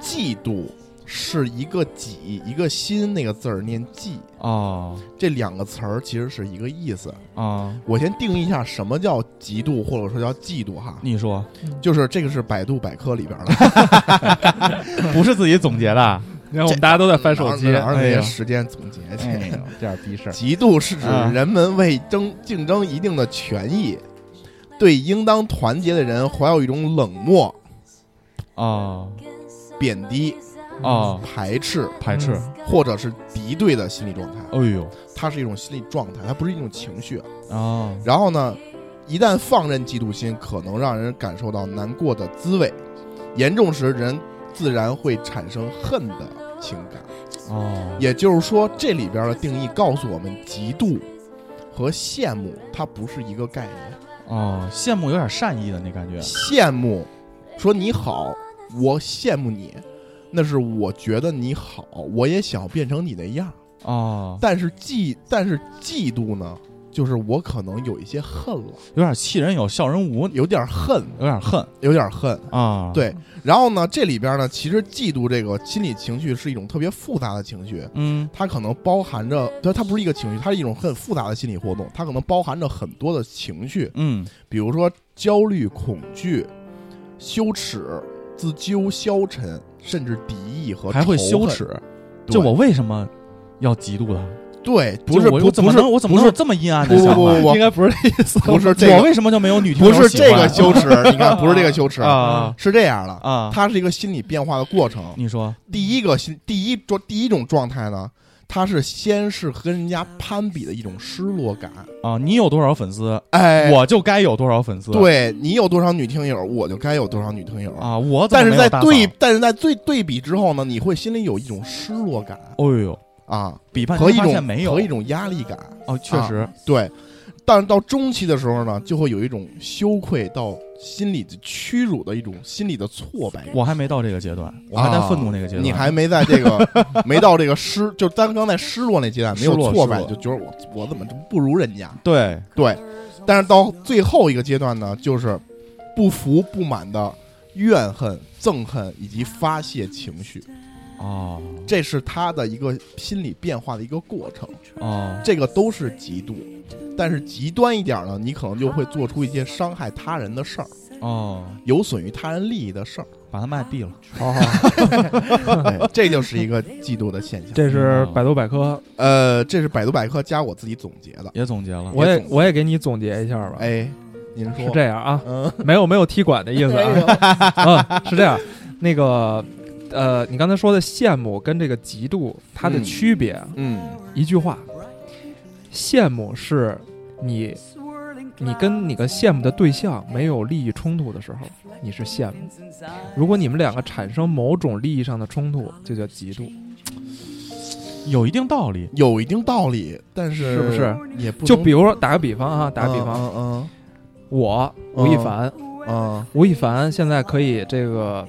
嫉妒是一个己一个心那个字儿念嫉，啊这两个词儿其实是一个意思。啊，我先定义一下什么叫嫉妒，或者说叫嫉妒哈，你说就是这个是百度百科里边的，不是自己总结 的？然后我们大家都在翻手机，哪有哎那呀些时间总结去？这样逼事儿嫉妒是指啊人们为争竞争一定的权益，对应当团结的人怀有一种冷漠、啊贬低、啊，排斥排斥，或者是敌对的心理状态。哎呦它是一种心理状态，它不是一种情绪。啊然后呢，一旦放任嫉妒心，可能让人感受到难过的滋味，严重时人自然会产生恨的情感。哦也就是说，这里边的定义告诉我们，嫉妒和羡慕它不是一个概念。哦，羡慕有点善意的那感觉羡慕，说你好，我羡慕你，那是我觉得你好，我也想变成你那样。啊，但是嫉，但是嫉妒呢，就是我可能有一些恨了，有点气人有笑人无，有点恨，有点恨有点恨。啊。对，然后呢，这里边呢，其实嫉妒这个心理情绪是一种特别复杂的情绪，嗯它可能包含着，它它不是一个情绪，它是一种很复杂的心理活动，它可能包含着很多的情绪，嗯比如说焦虑、恐惧、羞耻、自纠、消沉，甚至敌意和还会仇羞恨耻。，对就我为什么要嫉妒他？对，不是就我不我怎么不是能我怎么能有这么阴暗不的是想不法？不不应该不是这意思。不不是这我个为什么就没有女听 不众是喜这个欢 羞耻，你看不是这个羞耻，啊是这样的，啊！它是一个心理变化的过程。你说第一个心第一状第一种状态呢，它是先是跟人家攀比的一种失落感，啊，你有多少粉丝，哎，我就该有多少粉丝。对你有多少女听友，我就该有多少女听友。啊，我怎但么是没有在大嫂对，但是在对对比之后呢，你会心里有一种失落感哦呦，啊，比半和一天发种现没有和一种压力感，啊哦，确实对。但是到中期的时候呢，就会有一种羞愧到心里的屈辱的一种心理的挫败感。我还没到这个阶段，我还在愤怒那个阶段。啊你还没在这 个没到这个失，就咱刚才失落那阶段没有失落挫败失，落就觉得我我怎么这么不如人家？对对，但是到最后一个阶段呢，就是不服不满的怨恨、憎恨以及发泄情绪，哦这是他的一个心理变化的一个过程。哦这个都是嫉妒，但是极端一点呢，你可能就会做出一些伤害他人的事儿，哦，有损于他人利益的 事儿。把他麦毙了。哎 这就是一个嫉妒的现 象。这是百度百科，呃，这是百度百科加我自己总结的。也总结了，我也也总结我也给你总结一下吧。哎，您是说，这样啊，嗯， 没有没有踢馆的意思啊， 嗯，是这样。那个呃，你刚才说的羡慕跟这个嫉妒它的嗯区别，嗯一句话，羡慕是你你跟你的羡慕的对象没有利益冲突的时候，你是羡慕；如果你们两个产生某种利益上的冲突，就叫嫉妒。有一定道理。有一定道理，但是是不是？也不就能比如说打个比方啊，打个比方，嗯我吴亦凡，嗯嗯吴亦凡现在可以这个，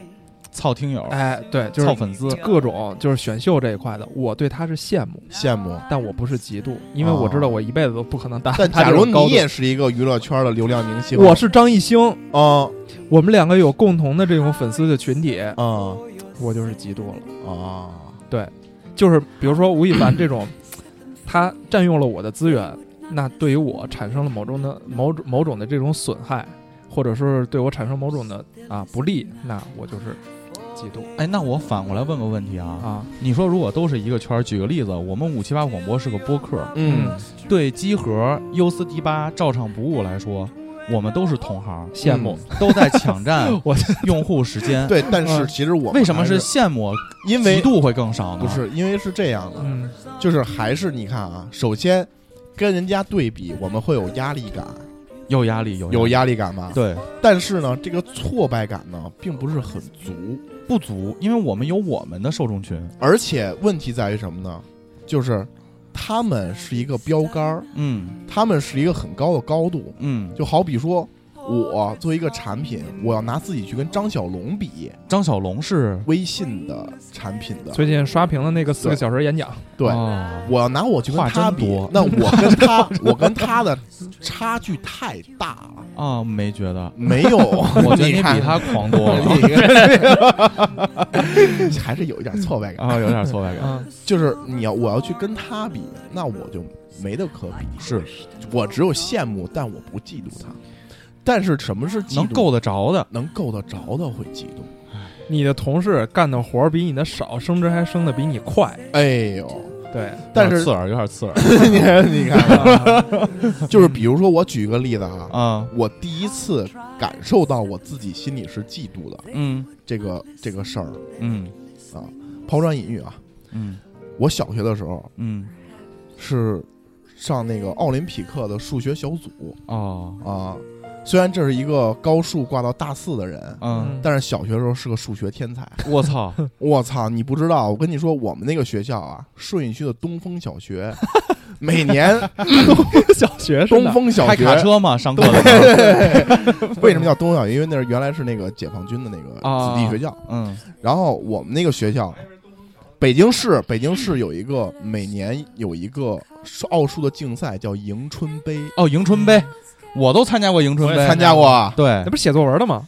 操听友，哎，对，就操是粉丝，各种就是选秀这一块的，我对他是羡慕，嗯，羡 慕。但我不是嫉妒，因为我知道我一辈子都不可能达到啊但他假这如种高你度。也是一个娱乐圈的流量明星，我是张艺兴，啊我们两个有共同的这种粉丝的群体，啊我就是嫉妒了。啊！就是比如说吴亦凡这种， 他占用了我的资源，那对于我产生了某种的某种某种的这种损害，或者说是对我产生某种的啊不利，那我就是嫉妒哎，那我反过来问个问题啊，啊。你说如果都是一个圈儿，举个例子，我们五七八广播是个播客，嗯，对集合、优思迪吧、照常不误来说，我们都是同行，羡慕都在抢 占我用户时间。对，但嗯是其实我为什么是是羡慕？因嫉为妒会更少呢？不，是因为是这样的，嗯就是还是你看啊，首先跟人家对比，我们会有压力感，有压力，有有压力。压力感吧？。对，但是呢，这个挫败感呢，并不是很足，不足，因为我们有我们的受众群。而且问题在于什么呢？就是他们是一个标杆儿，嗯他们是一个很高的高度。嗯，就好比说，我作为一个产品，我要拿自己去跟张小龙比，张小龙是微信的产品的，最近刷屏的那个四个对小时演讲，对。哦我要拿我去跟话他真比多，那我跟他，我跟他的差距太大了，啊，没觉得，没有，我觉得你比看他狂多 了你还是有一点挫败感。啊，有点挫败感。嗯，就是你要我要去跟他比，那我就没得可比。是我只有羡慕，但我不嫉妒他。但是什么是 嫉妒？能够得着的，能够得着的会嫉妒。你的同事干的活儿比你的少，升职还升的比你快，哎呦，对，但有点是刺耳，有点 刺耳你看，你看，就是比如说，我举一个例子啊，啊。我第一次感受到我自己心里是嫉妒的嗯这个这个事儿，嗯抛砖引玉啊。嗯我小学的时候嗯，是上那个奥林匹克的数学小组哦，啊，虽然这是一个高数挂到大四的人，嗯，但是小学的时候是个数学天 才。我操，我操，你不知道，我跟你说，我们那个学校啊，顺义区的东风小 学，每年小学生东风 小开学卡车嘛，上课的时候，为什么叫东风小学？因为那是原来是那个解放军的那个啊子弟学校。嗯然后我们那个学校，北京市北京市有一个每年有一个数奥数的竞赛叫迎春杯，哦，迎春杯，我都参加过迎春我也杯参，加过啊。对那，不是写作文的吗？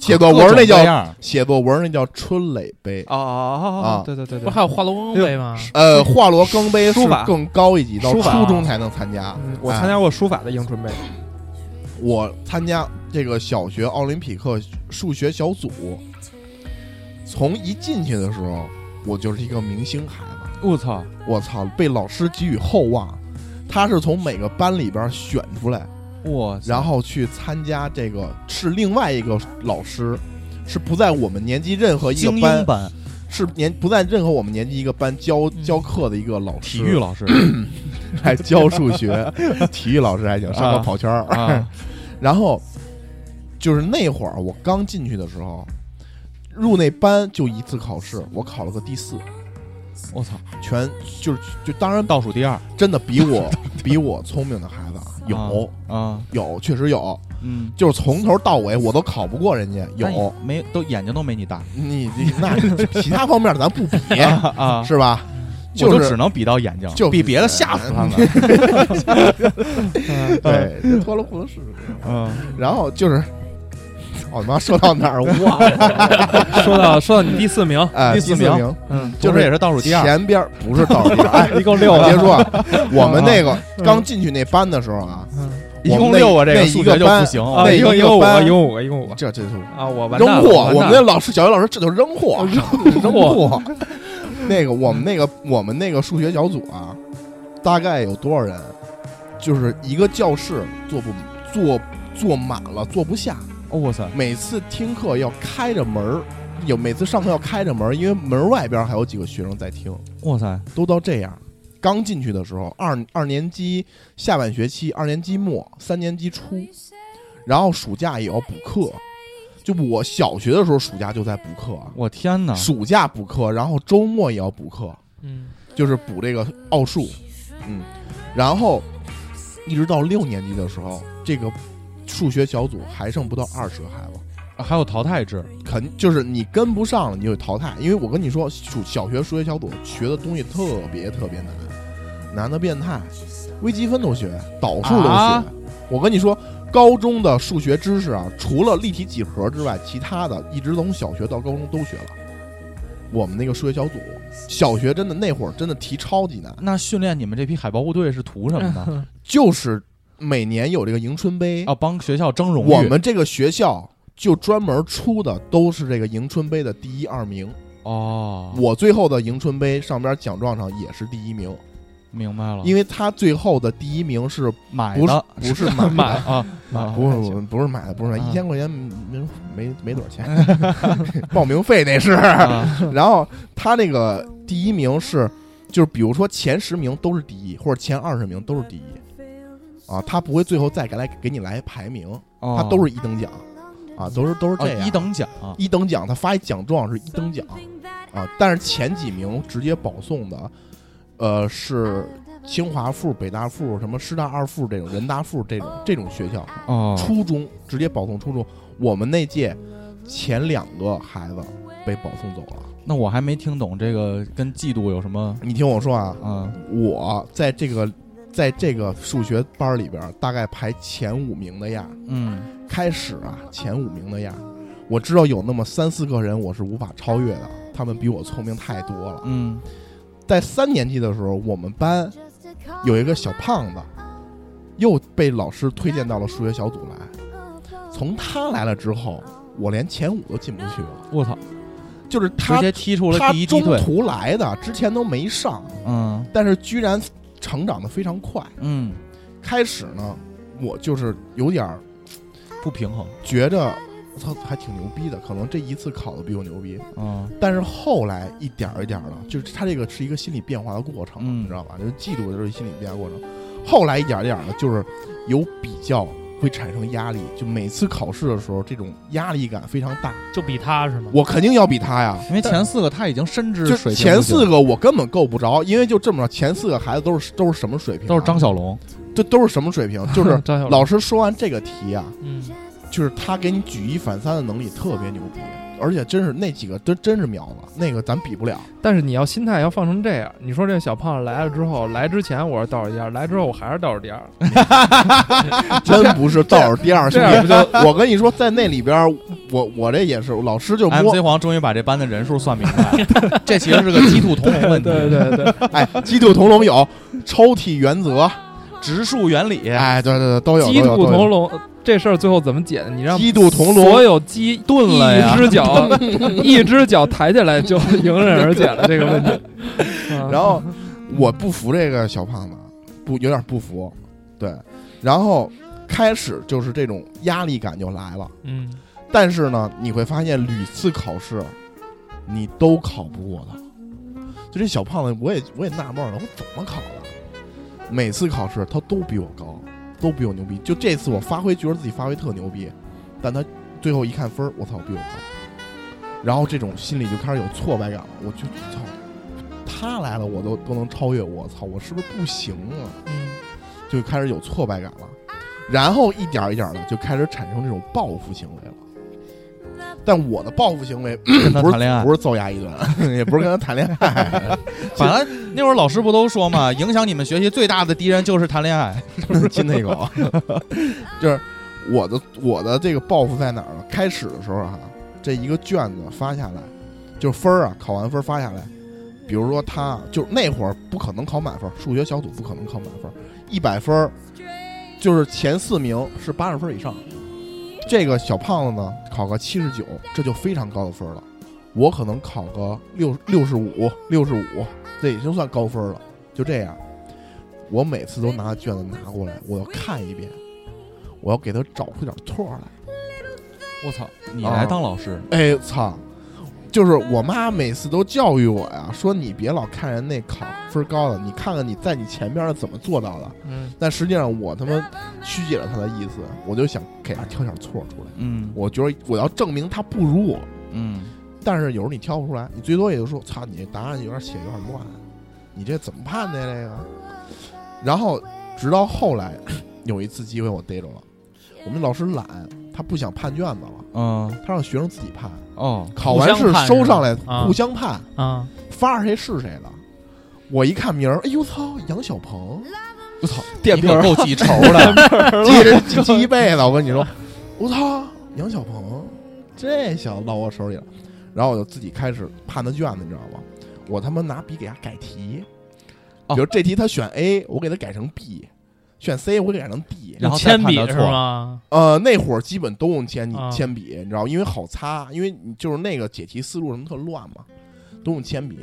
写作文各种那各叫样写作文那叫春蕾杯，哦哦啊对对对不对是，还有华龙杯吗？呃，华罗庚杯书是法更高一级，到书法初中才能参加嗯。我参加哎，过书法的迎春杯，我参加这个小学奥林匹克数学小组，从一进去的时候，我就是一个明星孩子。我操，我操，被老师给予厚望。他是从每个班里边选出来，我操，然后去参加这个，是另外一个老师，是不在我们年级任何一个精英班，版是年不在任何我们年级一个班教教课的一个老师，体育 老师 还教数学，体育老师还行，上啊课跑圈儿。啊，然后就是那会儿我刚进去的时候，入那班就一次考试，我考了个第四，我操，全就是就当然倒数第二真的比 我比我聪明的孩子有、啊，有，确实有，嗯，就是从头到尾我都考不过人家。有但没都眼睛都没你大你你那 其他方面咱不比，啊，是吧？我就只是能比到眼睛，就是比别的吓死 他们， 对，哎脱了裤子试试。嗯，然后就是，我他妈说到哪儿忘 了？说到说到你第四名，哎，第四四名名嗯，就就是是也是倒数第二，前边儿不是倒数第二， 哎，一共六别个，说啊，我们那个刚进去那班的时候啊，嗯一我共们那六个，这那个一数个学就不班哦行，啊，那一共一一个共五个，班一共五个，一共五个这这是啊，我完扔蛋了，货，完蛋我们了哦那老师小学老师这就扔货， 扔货。那个我们那个我们那个数学小组啊，大概有多少人？就是一个教室坐不坐坐满了，坐不下。哦我操，每次听课要开着门儿，有每次上课要开着门儿，因为门外边还有几个学生在听，哇塞，都到这样。刚进去的时候，二二年级下半学期，二年级末，三年级初，然后暑假也要补课。就我小学的时候，暑假就在补课啊，我天哪，暑假补课，然后周末也要补课，嗯，就是补这个奥数，嗯，然后一直到六年级的时候，这个数学小组还剩不到二十个孩子。啊还有淘汰制，肯就是你跟不上了，你就淘汰。因为我跟你说，数小学数学小组学的东西特别特别难，难的变态，微积分都学，导数都学。啊我跟你说，高中的数学知识啊，除了立体几何之外，其他的一直从小学到高中都学了。我们那个数学小组，小学真的那会儿真的题超级难，那训练你们这批海豹部队是图什么呢？ 就是每年有这个迎春杯啊，帮学校争荣誉。我们这个学校就专门出的都是这个迎春杯的第一二名。哦，我最后的迎春杯上边奖状上也是第一名，哦明白了，因为他最后的第一名是买不是的不是买买的？啊，啊不是不是不是买的，不是买的啊一千块钱没没没多少钱，报名费那是。啊然后他那个第一名是，就是比如说前十名都是第一，或者前二十名都是第一，啊，他不会最后再给来给你来排名，哦 他都是一等奖，啊，都是都是啊这样一等奖一等奖，他发一奖状是一等奖啊，但是前几名直接保送的，呃，是清华附、北大附、什么师大二附这种、人大附这种这种学校，哦初中直接保送初中。我们那届前两个孩子被保送走了。那我还没听懂这个跟嫉妒有什么你听我说啊，啊我在这个在这个数学班里边大概排前五名的样儿，嗯开始啊前五名的样儿。我知道有那么三四个人我是无法超越的，啊他们比我聪明太多了。嗯在三年级的时候，我们班有一个小胖子，又被老师推荐到了数学小组来。从他来了之后，我连前五都进不去了，我操就是直他接踢出了他第一梯中队途来的，之前都没上，嗯但是居然成长的非常快。嗯开始呢，我就是有点儿不平衡觉着。操，还挺牛逼的，可能这一次考的比我牛逼，啊但是后来一点儿一点儿的，就是他这个是一个心理变化的过程，嗯你知道吧？就是嫉妒就是心理变化过程。后来一点儿一点儿的，就是有比较会产生压力，就每次考试的时候，这种压力感非常大。就比他是吗？我肯定要比他呀，因为前四个他已经深知就水平前不行四个我根本够不着，因为就这么着，前四个孩子都是都是什么水平啊、都是张小龙这都是什么 水平？就是张小龙老师说完这个题啊，嗯，就是他给你举一反三的能力特别牛逼，而且真是那几个真真是秒了，那个咱比不了。但是你要心态要放成这样，你说这小胖子来了之后，来之前我是倒数第二，来之后我还是倒数第二，真啊不是倒数第二，这兄样弟。不就 我跟你说，在那里边儿，我我这也是，老师就摸 MC 黄终于把这班的人数算明白 了，这其实是个鸡兔同笼问题， 对对对，哎，鸡兔同笼有，抽屉原则，植树原理哎，对对对，都有。鸡都有兔都有同笼这事儿最后怎么解呢？你让鸡兔同笼所有鸡炖了呀一只脚 一只脚抬起来就迎刃而解了这个问题。啊然后我不服这个小胖子，不有点不服，对。然后开始就是这种压力感就来了，嗯，但是呢，你会发现屡次考试，你都考不过他。就这小胖子，我也我也纳闷了，我怎么考的？每次考试他都比我高，都比我牛逼。就这次我发挥，觉得自己发挥特牛逼，但他最后一看分儿，我操，比我高。然后这种心里就开始有挫败感了，我就操，他来了我都都能超越我，操，我是不是不行啊？嗯就开始有挫败感了，然后一点儿一点的就开始产生这种报复行为了。但我的报复行为跟他不谈是恋爱不，是揍牙 一顿，也不是跟他谈恋爱，反正那会儿老师不都说嘛，影响你们学习最大的敌人就是谈恋爱，亲他一口。就是我的我的这个报复在哪儿呢？开始的时候啊，这一个卷子发下来，就是分儿啊，考完分儿发下来。比如说他就是那会儿不可能考满分儿，数学小组不可能考满分儿，一百分儿就是前四名是八十分儿以上。这个小胖子呢，考个七十九，这就非常高的分儿了。我可能考个六六十五、六十五，这已经算高分儿了。就这样，我每次都拿卷子拿过来，我要看一遍，我要给他找出点错儿来。我操，你来当老师哎操！就是我妈每次都教育我呀，说你别老看人那考分高的，你看看你在你前边的怎么做到的。嗯，但实际上我他妈曲解了他的意思，我就想给他挑点错出来。嗯我觉得我要证明他不如我，嗯但是有时候你挑不出来，你最多也就说操你这答案有点写有点乱，你这怎么判的呀？这个？然后直到后来 有一次机会我逮着了，我们老师懒，他不想判卷子了，嗯，他让学生自己判，哦，考完互相试判收上来是吧互相判，啊，发是谁是谁的。我一看名儿，哎呦操，杨小鹏，我操，电瓶儿够记仇 的，记着记记一辈子。我跟你说，我操，杨小鹏这小子落我手里了。然后我就自己开始判他卷子，你知道吗？我他妈拿笔给他改题，哦比如这题他选 A，我给他改成 B；选 C，我给他改成 D。然后再铅判笔他是错吗？呃，那会儿基本都用铅笔啊铅笔，你知道，因为好擦，因为你就是那个解题思路什么特乱嘛，都用铅笔。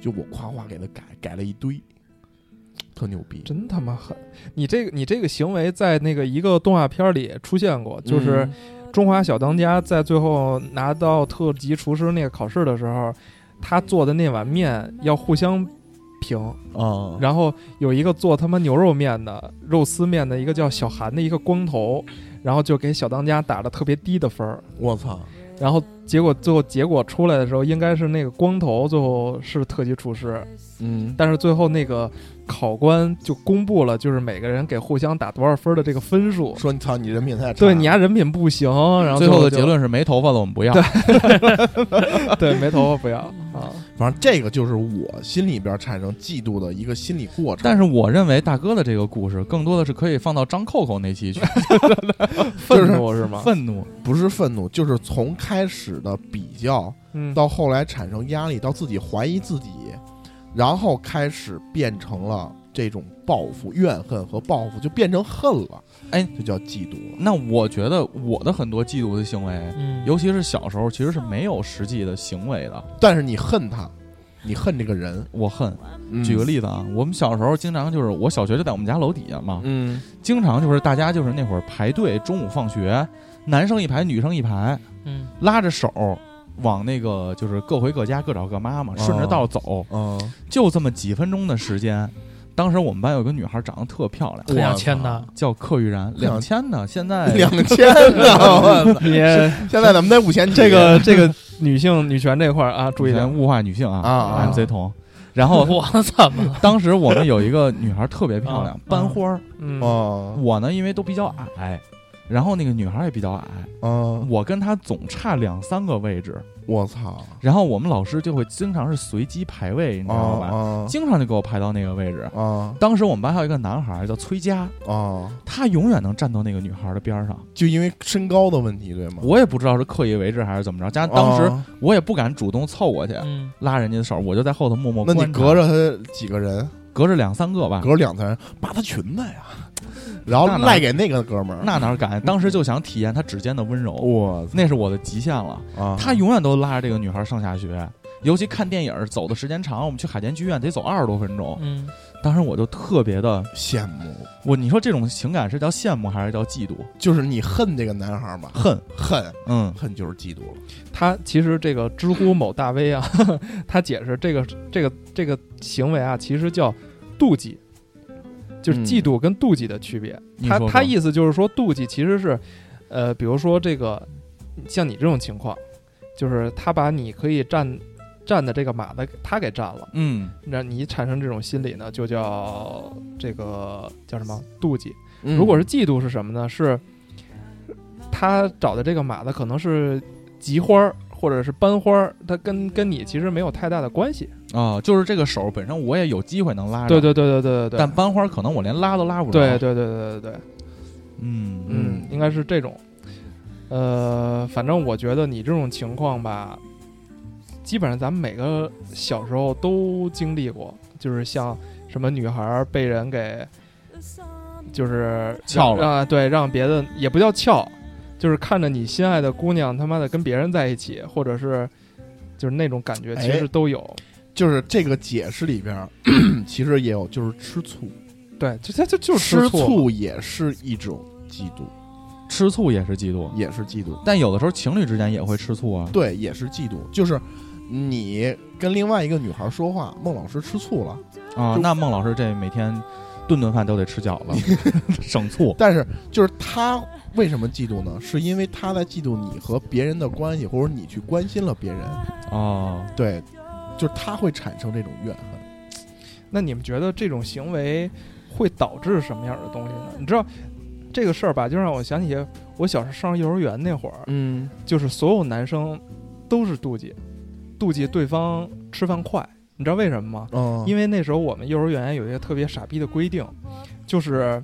就我夸夸给他改，改了一堆，特牛逼。真他妈狠！你这个你这个行为在那个一个动画片里出现过，就是《中华小当家》在最后拿到特级厨师那个考试的时候，他做的那碗面要互相评，哦，然后有一个做他妈牛肉面的、肉丝面的，一个叫小韩的一个光头，然后就给小当家打了特别低的分儿，我操！然后结果最后结果出来的时候，应该是那个光头最后是特级厨师，嗯，但是最后那个考官就公布了，就是每个人给互相打多少分的这个分数。说你操，你人品太差。对，你家人品不行，然后最后的就结，论是没头发了，我们不要。对，没头发 不要啊。反正这个就是我心里边产生嫉妒的一个心理过程。但是我认为大哥的这个故事更多的是可以放到张扣扣那期去，愤怒是吗？愤怒。不是愤怒，就是从开始的比较嗯，到后来产生压力，到自己怀疑自己，然后开始变成了这种报复、怨恨和报复，就变成恨了。哎就叫嫉妒了。那我觉得我的很多嫉妒的行为，嗯，尤其是小时候，其实是没有实际的行为的。但是你恨他，你恨这个人。我恨，嗯举个，例子啊，我们小时候经常就是，我小学就在我们家楼底下嘛，嗯，经常就是大家就是那会儿排队，中午放学，男生一排，女生一排，嗯，拉着手往那个就是各回各家，各找各妈嘛，顺着道走，哦，就这么几分钟的时间。当时我们班有个女孩长得特漂亮，很想签的，叫柯玉 然，两千的，现在两千呢？ 我操你现在咱们得五千起。这个这个女性女权这块儿啊，注注意意点点。物化女性啊啊啊，MC 童。然 后 我 怎么了？当时我们有一个女孩特别漂亮啊，班花儿。嗯，哦我呢，因为都比较矮，然后那个女孩也比较矮，哦，我跟她总差两三个位置。我操！然后我们老师就会经常是随机排位，你知道吧？哦经常就给我排到那个位置。哦当时我们班还有一个男孩叫崔佳，哦哦，他永远能站到那个女孩的边儿上。就因为身高的问题，对吗？我也不知道是刻意为之还是怎么着，加上当时哦我也不敢主动凑过去嗯，拉人家的手，我就在后头默默那观察。你隔着他几个人，隔着两三个吧隔，着两层人扒他裙子呀， 然后那哪赖给那个哥们儿。那哪敢？当时就想体验他指尖的温柔，哦我那是我的极限了。啊，他永远都拉着这个女孩上下学，尤其看电影走的时间长，我们去海淀剧院得走二十多分钟。 嗯，当时我就特别的，羡慕，我你说这种情感是叫羡慕还是叫嫉妒？就是你恨这个男孩吧，恨，恨嗯，恨就是嫉妒了。他其实这个知乎某大 V 啊， 他解释这个这个这个行为啊，其实叫妒忌，就是嗯嫉妒跟妒忌的区别。你他说他说意思就是说，妒忌其实是，呃，比如说这个，像你这种情况，就是他把你可以占占的这个马的他给占了，嗯，那你产生这种心理呢，就叫这个叫什么妒忌。如果是嫉妒是什么呢？是他找的这个马的可能是菊花儿或者是班花儿，它跟跟你其实没有太大的关系。啊，就是这个手本身我也有机会能拉着，对对对对对对对。但班花可能我连拉都拉不着。对，对对对对对，嗯嗯，应该是这种。呃，反正我觉得你这种情况吧，基本上咱们每个小时候都经历过，就是像什么女孩儿被人给就是撬了啊、对，让别的也不叫撬，就是看着你心爱的姑娘他妈的跟别人在一起，或者是就是那种感觉，哎其实都有。就是这个解释里边儿， 其实也有，就是吃醋，对，就它就就是吃醋嘛，醋也是一种嫉妒，嗯吃醋也是嫉妒，也是嫉妒，但有的时候情侣之间也会吃醋啊。对，也是嫉妒，就是。你跟另外一个女孩说话，孟老师吃醋了，啊就，那孟老师这每天顿顿饭都得吃饺子， 省醋。但是就是他为什么嫉妒呢？是因为他在嫉妒你和别人的关系，或者你去关心了别人，哦，对，就是他会产生这种怨恨。那你们觉得这种行为会导致什么样的东西呢？你知道这个事儿吧，就让我想起我小时候上幼儿园那会儿，嗯，就是所有男生都是妒忌，妒忌对方吃饭快。你知道为什么吗？嗯，因为那时候我们幼儿园有一个特别傻逼的规定，就是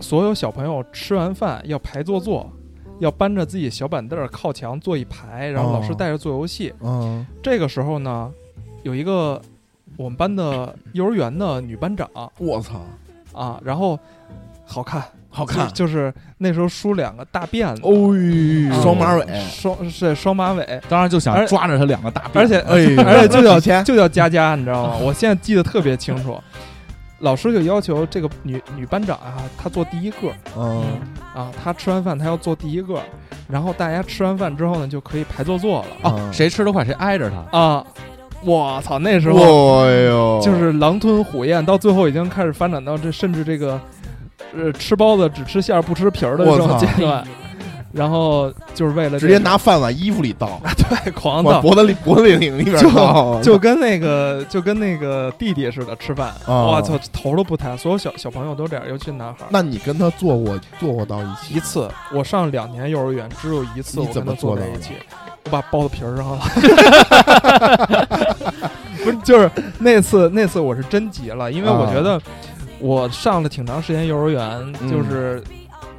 所有小朋友吃完饭要排座坐，要搬着自己小板凳儿靠墙坐一排，然后老师哦带着做游戏。嗯这个时候呢，有一个我们班的幼儿园的女班长我操，啊，然后好看，好好看，就是那时候梳两个大辫子，哎哎哦，双马尾，双是双马尾，当然就想而抓着他两个大辫嗯而且呃哎呦，而且就要叫钱，就叫佳佳，你知 道吗？我现在记得特别清楚。老师就要求这个女女班长啊，她坐第一个嗯啊，她吃完饭她要坐第一个，然后大家吃完饭之后呢，就可以排座坐了嗯啊，谁吃得快谁挨着他。啊。我操，那时候哇哟，就是狼吞虎咽，到最后已经开始发展到这，甚至这个，呃，吃包子只吃馅儿不吃皮儿的这我操种阶段。然后就是为了直这接个拿饭往衣服里倒， 对狂往啊倒，脖子里脖子领里边就倒，就跟那个就跟那个弟弟似的吃饭，啊我操、头都不抬。所有小小朋友都这样，尤其男孩儿。那你跟他坐过坐过到一起一次，我上两年幼儿园，只有一次你我跟怎他么坐做在到一的起，我把包子皮儿 扔了。不是，就是那次那次我是真急了，因为我啊觉得我上了挺长时间幼儿园，嗯就是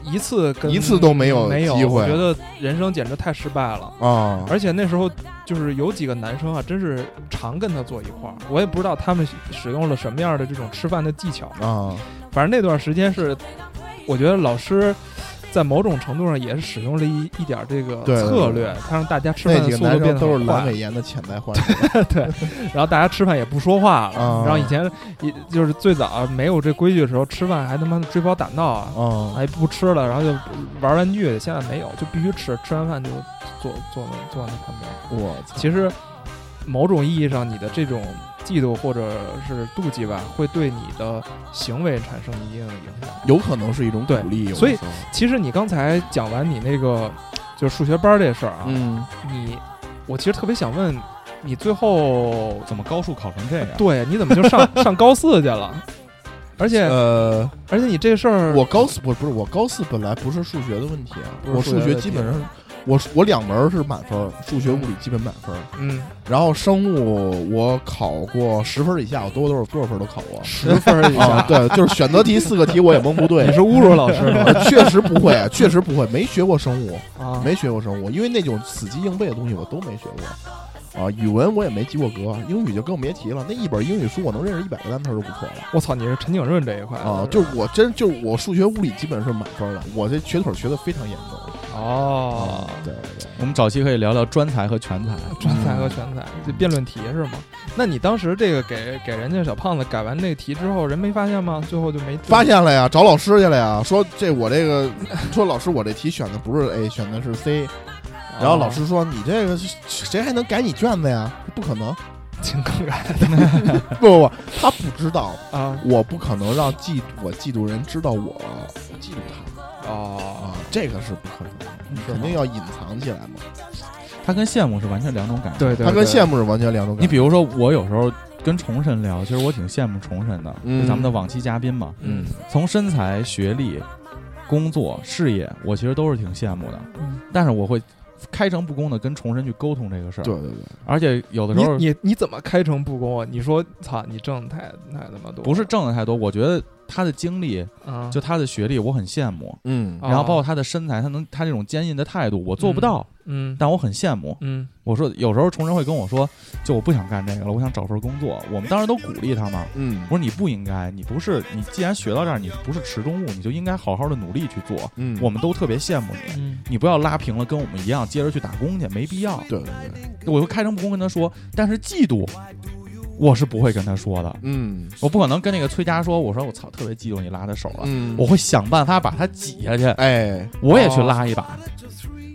一次跟一次都没有没有，机会我觉得人生简直太失败了。啊？而且那时候就是有几个男生啊，真是常跟他坐一块儿，我也不知道他们使用了什么样的这种吃饭的技巧。啊，反正那段时间是，我觉得老师在某种程度上也是使用了一一点儿这个对对策对略，他让大家吃饭那的几速个度男变得生都是很快阑尾炎的潜在患者，然后大家吃饭也不说话了。啊然后以前也就是最早没有这规矩的时候，吃饭还他妈的追跑打闹啊， 啊，还不吃了，然后就玩玩具。现在没有，就必须吃，吃完饭就坐坐那坐那旁边。我操，其实某种意义上，你的这种嫉妒或者是妒忌吧，会对你的行为产生一定的影响。有可能是一种鼓对励，有的所以时候其实你刚才讲完你那个就数学班儿这事儿啊，嗯，你我其实特别想问你最后怎么高数考成这样？对你怎么就 上上高四去了？而且、呃，而且你这事儿我高四不是不是我高四本来不是数学的问题啊，嗯不是我数数学的学问基题本上是我我两门儿是满分儿，数学物理基本满分儿，嗯然后生物我考过十分儿以下，我多多少多少分儿都考过。十分儿以啊，下，对，就是选择题四个题我也蒙 不对啊你，是侮辱老师吗？确实不会，确实不会，没学过生物，啊，没学过生物，因为那种死记硬背的东西我都没学过。啊，语文我也没及过格，英语就更别提了。那一本英语书我能认识一百个单词儿就不错了我操，你是陈景润这一块的啊！就是我真就是我数学物理基本是满分的，我这瘸腿瘸的非常严重哦，对对，我们早期可以聊聊专才和全才。专才和全才，这辩论题是吗？那你当时这个给给人家小胖子改完那题之后，人没发现吗？最后就没发现了呀，找老师去了呀，说这我这个，说老师我这题选的不是 A，选的是 C，哦然后老师说你这个是谁还能改你卷子呀？不可能，请更改不不不，他不知道，啊我不可能让嫉我嫉妒人知道我嫉妒他哦啊，这个是不可能的，肯定要隐藏起来嘛。嗯他跟羡慕是完全两种感觉。对对，他对跟羡慕是完全两种你感觉。比如说，我有时候跟重神聊，其实我挺羡慕重神的，嗯就咱们的往期嘉宾嘛。嗯从身材、学历、工作、事业，我其实都是挺羡慕的。嗯但是我会开诚布公的跟重神去沟通这个事儿。对，对对，而且有的时候你你你怎么开诚布公啊？你说操，你挣太太他妈多了，不是挣的太多，我觉得他的经历，啊？就他的学历，我很羡慕。嗯啊然后包括他的身材，他能他这种坚韧的态度，我做不到，嗯但我很羡慕。嗯我说有时候重神会跟我说，就我不想干这个了，我想找份工作。我们当时都鼓励他嘛。嗯我说你不应该，你不是你既然学到这儿，你不是池中物，你就应该好好的努力去做。嗯我们都特别羡慕你， 嗯你不要拉平了跟我们一样接着去打工去，没必要。对对对，我就开诚布公跟他说，但是嫉妒，我是不会跟他说的，嗯我不可能跟那个崔佳说，我说我操，特别嫉妒你拉他手了，嗯我会想办法把他挤下去，哎，我也去拉一把。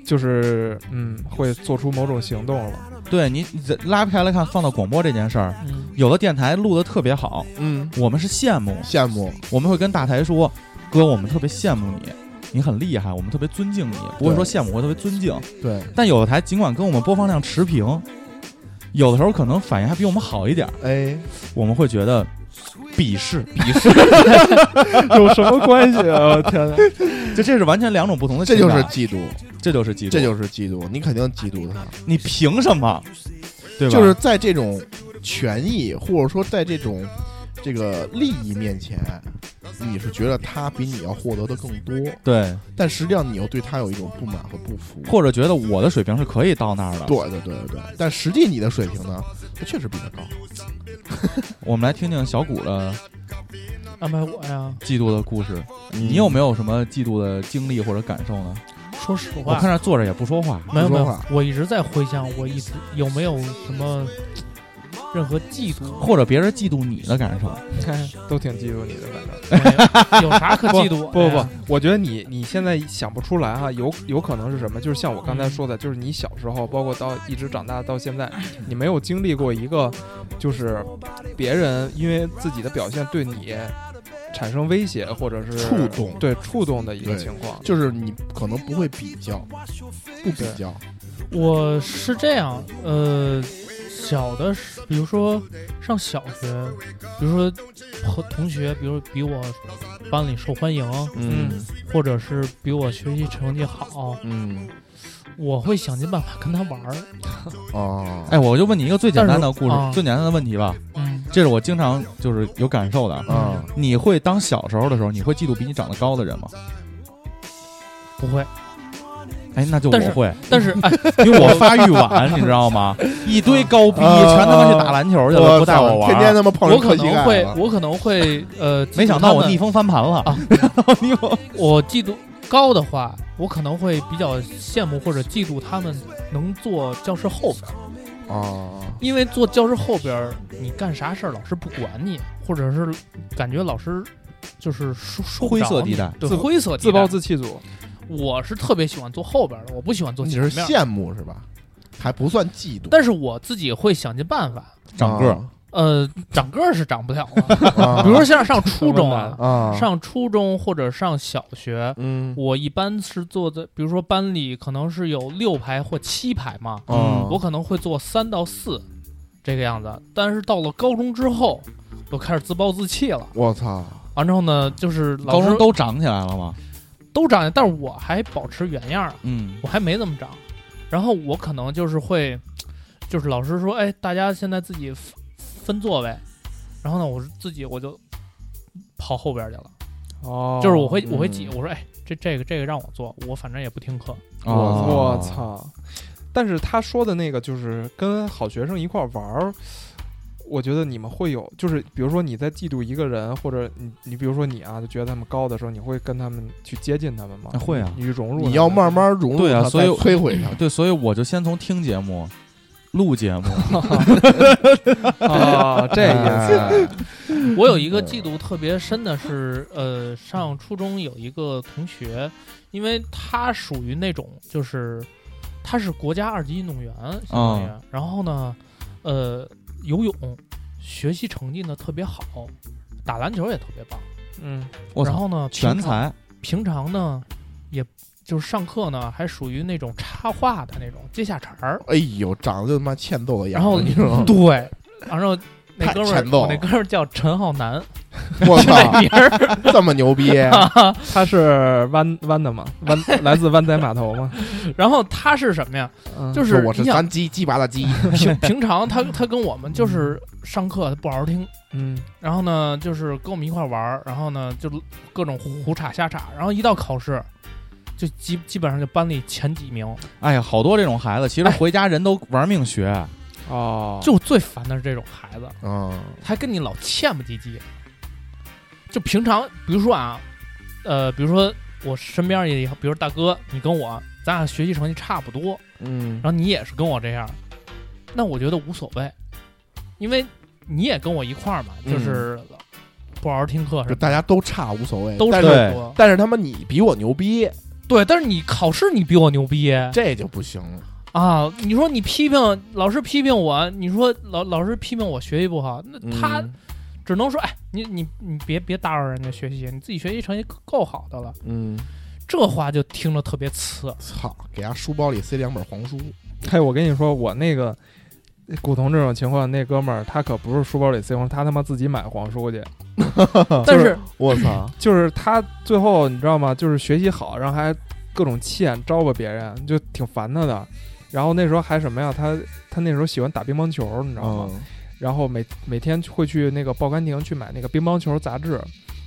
就是嗯，会做出某种行动 了。对你你拉开了看，放到广播这件事儿，嗯有的电台录的特别好，嗯，我们是羡慕，羡慕，我们会跟大台说，哥，我们特别羡慕你，你很厉害，我们特别尊敬你，不会说羡慕，我特别尊敬。对，但有的台尽管跟我们播放量持平，有的时候可能反应还比我们好一点儿，哎，我们会觉得鄙视，有什么关系啊？我天哪！ 就这是完全两种不同的这情就是感，嫉妒，这就是嫉妒，这就是嫉妒，你肯定嫉妒他。你凭什么？对吧？就是在这种权益或者说在这种这个利益面前，你是觉得他比你要获得的更多，对，但实际上你又对他有一种不满和不服。或者觉得我的水平是可以到那儿的。对对对对对，但实际你的水平呢，它确实比他高。我们来听听小谷的安排我呀。嫉妒的故事。你你有没有什么嫉妒的经历或者感受呢？说实我话看，这坐着也不说话，没有不说没有话，我一直在回想，我一直有没有什么任何 嫉妒，或者别人嫉妒你的感受。都挺嫉妒你的，反正。啊没有有啥可嫉妒？不哎不呀，我觉得你你现在想不出来哈，有有可能是什么？就是像我刚才说的，就是你小时候，包括到一直长大到现 在，你没有经历过一个，就是别人因为自己的表现对你产生威胁或者是触动对触动的一个对情况。就是你可能不会比较，不比较，我是这样，呃，小的时，比如说上小学，比如说和同学，比如比我班里受欢迎，嗯或者是比我学习成绩好，嗯我会想尽办法跟他玩儿。哦，哎，我就问你一个最简单的故但是啊事，最简单的问题吧。嗯，这是我经常就是有感受的。啊，你会当小时候的时候，你会嫉妒比你长得高的人吗？不会，哎，那就但是我会，但是哎，因为我发育晚，你知道吗？一堆高逼啊全他妈去打篮球去了，不带我操天天玩。他妈碰我上可科技能盖会，了我可能会，呃，没想到我逆嫉妒风翻盘了啊，他们我嫉妒高的话，我可能会比较羡慕或者嫉妒他们能坐教室后边儿。哦，因为坐教室后边儿，你干啥事儿老师不管你，或者是感觉老师就是说说不灰着色地你带对自灰色地自带暴。自弃组，我是特别喜欢坐后边儿的，我不喜欢坐你前是面儿。羡慕是吧？还不算嫉妒，但是我自己会想尽办法，长个儿，呃，长个儿是长不了 啊。啊， 比如说像上初中啊，啊，上初中或者上小学，嗯我一般是坐在，比如说班里可能是有六排或七排嘛，嗯我可能会做三到四这个样子。但是到了高中之后，我开始自暴自弃了。我操，完之后呢，就是老高师中都长起来了吗？都长，但是我还保持原样儿，嗯我还没怎么长。然后我可能就是会，就是老师说，哎，大家现在自己分分座位。然后呢，我是自己我就跑后边儿去了，哦就是我会我会挤，嗯我说，哎，这这个这个让我做，我反正也不听课。啊我操！但是他说的那个就是跟好学生一块儿玩儿，我觉得你们会有，就是比如说你在嫉妒一个人，或者你你比如说你啊，就觉得他们高的时候，你会跟他们去接近他们吗啊？会啊你去融入他们？你要慢慢融入对啊他所以再摧毁他。对，所以我就先从听节目、录节目，啊，这哎意思。我有一个嫉妒特别深的是，呃，上初中有一个同学，因为他属于那种就是他是国家二级运动员，相当于，哦然后呢，呃，游泳学习成绩呢特别好，打篮球也特别棒，嗯，我然操，后呢，全平常才平常呢也。就是上课呢，还属于那种插话的那种接下茬儿，哎呦，长得就他妈欠揍的样子，然哎后你知道吗？对，然后那太哥们欠揍儿，我了那哥们儿叫陈浩南，我就那操，名儿，这么牛逼！他是湾湾的嘛，湾来自湾仔码头嘛，然后他是什么呀？嗯就说是我是你 想咱鸡鸡巴的鸡，平平常他他跟我们就是上课他不好好听，嗯然后呢就是跟我们一块儿玩儿，然后呢就各种胡胡扯瞎扯，然后一到考试就基基本上就班里前几名，哎呀，好多这种孩子，其实回家人都玩命学，哦，就最烦的是这种孩子，嗯，还跟你老欠不唧唧。就平常比如说啊，呃，比如说我身边也，比如大哥，你跟我咱俩学习成绩差不多，嗯然，后你也是跟我这样，那我觉得无所谓，因为你也跟我一块儿嘛，就是不好好听课就是吧？大家都差无所谓，都差但不是对多。但是他妈你比我牛逼，对，但是你考试你比我牛逼这就不行了。啊！你说你批评老师批评我，你说老老师批评我学习不好，那他嗯只能说，哎，你你你别别打扰人家学习，你自己学习成绩够好的了。嗯，这话就听着特别刺耳。操，给他书包里塞两本黄书，嘿，我跟你说，我那个古潼这种情况，那哥们儿他可不是书包里塞黄，他他妈自己买黄书去。但是我操，就是他最后你知道吗？就是学习好，然后还各种欠招吧别人，就挺烦他的。然后那时候还什么呀？他他那时候喜欢打乒乓球，你知道吗？嗯然后每每天会去那个报刊亭去买那个乒乓球杂志，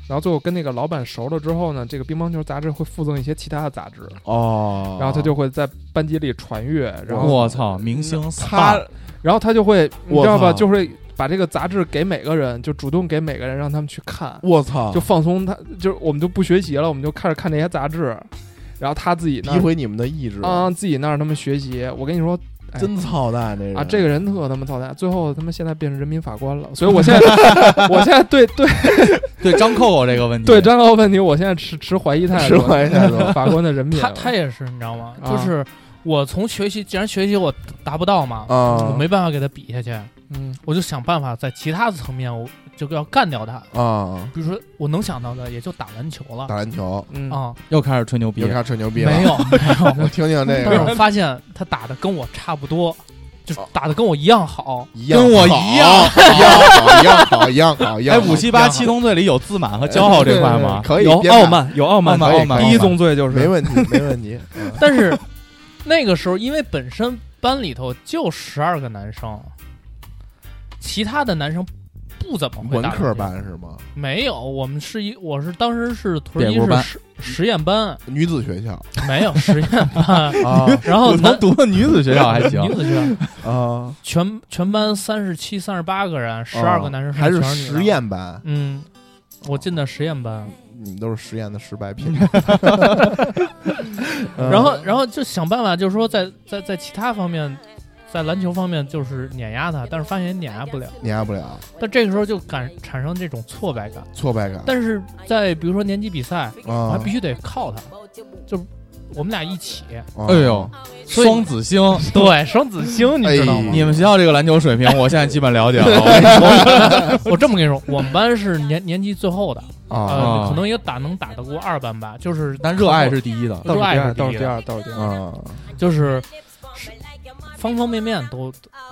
然后最后跟那个老板熟了之后呢，这个乒乓球杂志会附赠一些其他的杂志，哦，然后他就会在班级里传阅，然后我操，明星他 SPA，然后他就会你知道我吧，操就会把这个杂志给每个人，就主动给每个人让他们去看，我操，就放松他，就是我们就不学习了，我们就开始看这些杂志，然后他自己那诋儿毁你们的意志，啊自己那儿他们学习，我跟你说。哎真操蛋！这人啊，这个人特他妈操蛋，最后他妈现在变成人民法官了，所以我现在， 我现在对对对张扣扣这个问题，对张高问题，我现在持持怀疑态持度，嗯怀疑态度法官的人品，他他也是，你知道吗？啊就是我从学习，既然学习我达不到嘛，啊，我没办法给他比下去，嗯我就想办法在其他的层面，我就要干掉他。啊，比如说，我能想到的也就打篮球了打篮球嗯啊，又开始吹牛逼有，啥吹牛逼了？没有，没有我听听这但是个我发现他打的跟我差不多，就是啊打的跟我一样好。一样，跟我一一样样，一样好，一样好，一样啊哎哎，好。五七八七宗罪里有自满和骄傲这块吗？可以有编傲吧，慢，有傲慢，傲慢傲慢第一宗罪就没是问题，没问题。嗯但是那个时候，因为本身班里头就十二个男生，其他的男生不怎么会文打科篮球班是吗？没有，我们是一我是当时是图书典故一班是实实验班，女子学校没有实验 班，啊然后我能男读到女子学校 还行，女子学校啊，全全班三十七、三十八个人，十二个男生哦还是全女的实，验班，嗯，我进的实验班，你们都是实验的失败品。嗯然后然后就想办法，就是说在在在其他方面，在篮球方面就是碾压他，但是发现碾压不了，碾压不了，但这个时候就感产生这种挫败感。挫败感但是在比如说年级比赛，我还啊必！须得靠他，就是我们俩一 起，啊哎呦，所以双子星。对双子星，你知道吗？哎你们学校这个篮球水 平，我现在基本了解 了。我跟你说我这么跟你说，我们班是年年级最后的，啊呃，啊可能也打能打得过二班吧，就是但热爱是第一的。倒热数第爱二，是倒数第一第的，二，倒数第二，啊，就是是方方面面都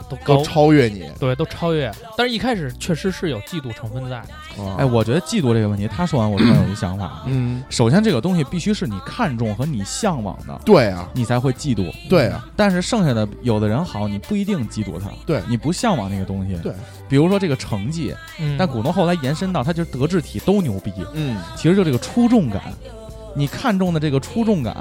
都都高，超越你对，都超越。但是一开始确实是有嫉妒成分在，啊哎，我觉得嫉妒这个问题，他说完我突然有一想法。嗯，首先，这个东西必须是你看重和你向往的，对啊，你才会嫉妒。对啊，但是剩下的有的人好，你不一定嫉妒他，对你不向往那个东西。对，比如说这个成绩，嗯，但股东后来延伸到他就是德智体都牛逼，嗯，其实就这个出众感，你看重的这个出众感，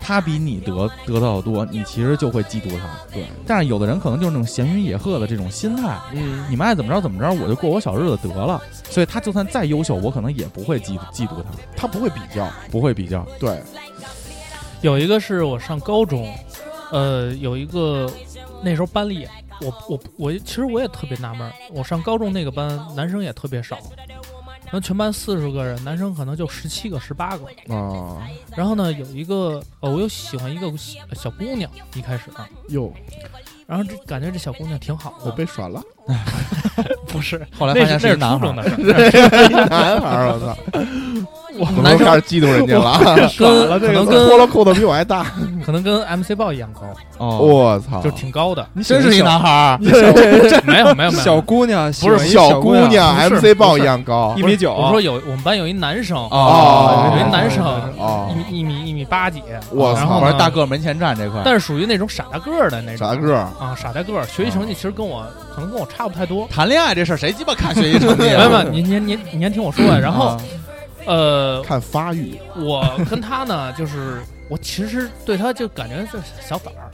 他比你得得到的多，你其实就会嫉妒他。对，但是有的人可能就是那种闲云野鹤的这种心态，嗯，你们爱怎么着怎么着，我就过我小日子得了。所以他就算再优秀，我可能也不会嫉妒嫉妒他，他不会比较，不会比较。对，有一个是我上高中，呃，有一个那时候班里，我我我其实我也特别纳闷儿，我上高中那个班男生也特别少，然后全班四十个人，男生可能就十七个、十八个。啊，然后呢，有一个呃，我又喜欢一个小小姑娘，一开始，哟，然后这感觉这小姑娘挺好的，我被甩了，不是，后来那发是现那一是男初孩中儿，的事儿，男孩儿，我操，我我们都男开生始嫉妒人家了啊，跟可能脱了跟裤子比我还大，可能跟 MC 豹一样高，哦，我操，就是挺高的，真是一男孩儿，没有没有没有，小姑娘喜不欢是一小姑姑娘不是，MC 豹一样高一米九，我说有我们班有一男生，哦有一男哦生一哦，米一米一米八几，我然操后玩呢大，个门前站这块儿，但是属于那种傻大个儿的那种，傻个儿啊，傻大个儿，学习成绩其实跟我可能跟我差不太多。谈恋爱这事儿谁鸡巴看学习成绩没啊？有没有，您您您您先听我说呀。然后啊呃，看发育，我跟他呢，就是我其实对他就感觉是小崽儿，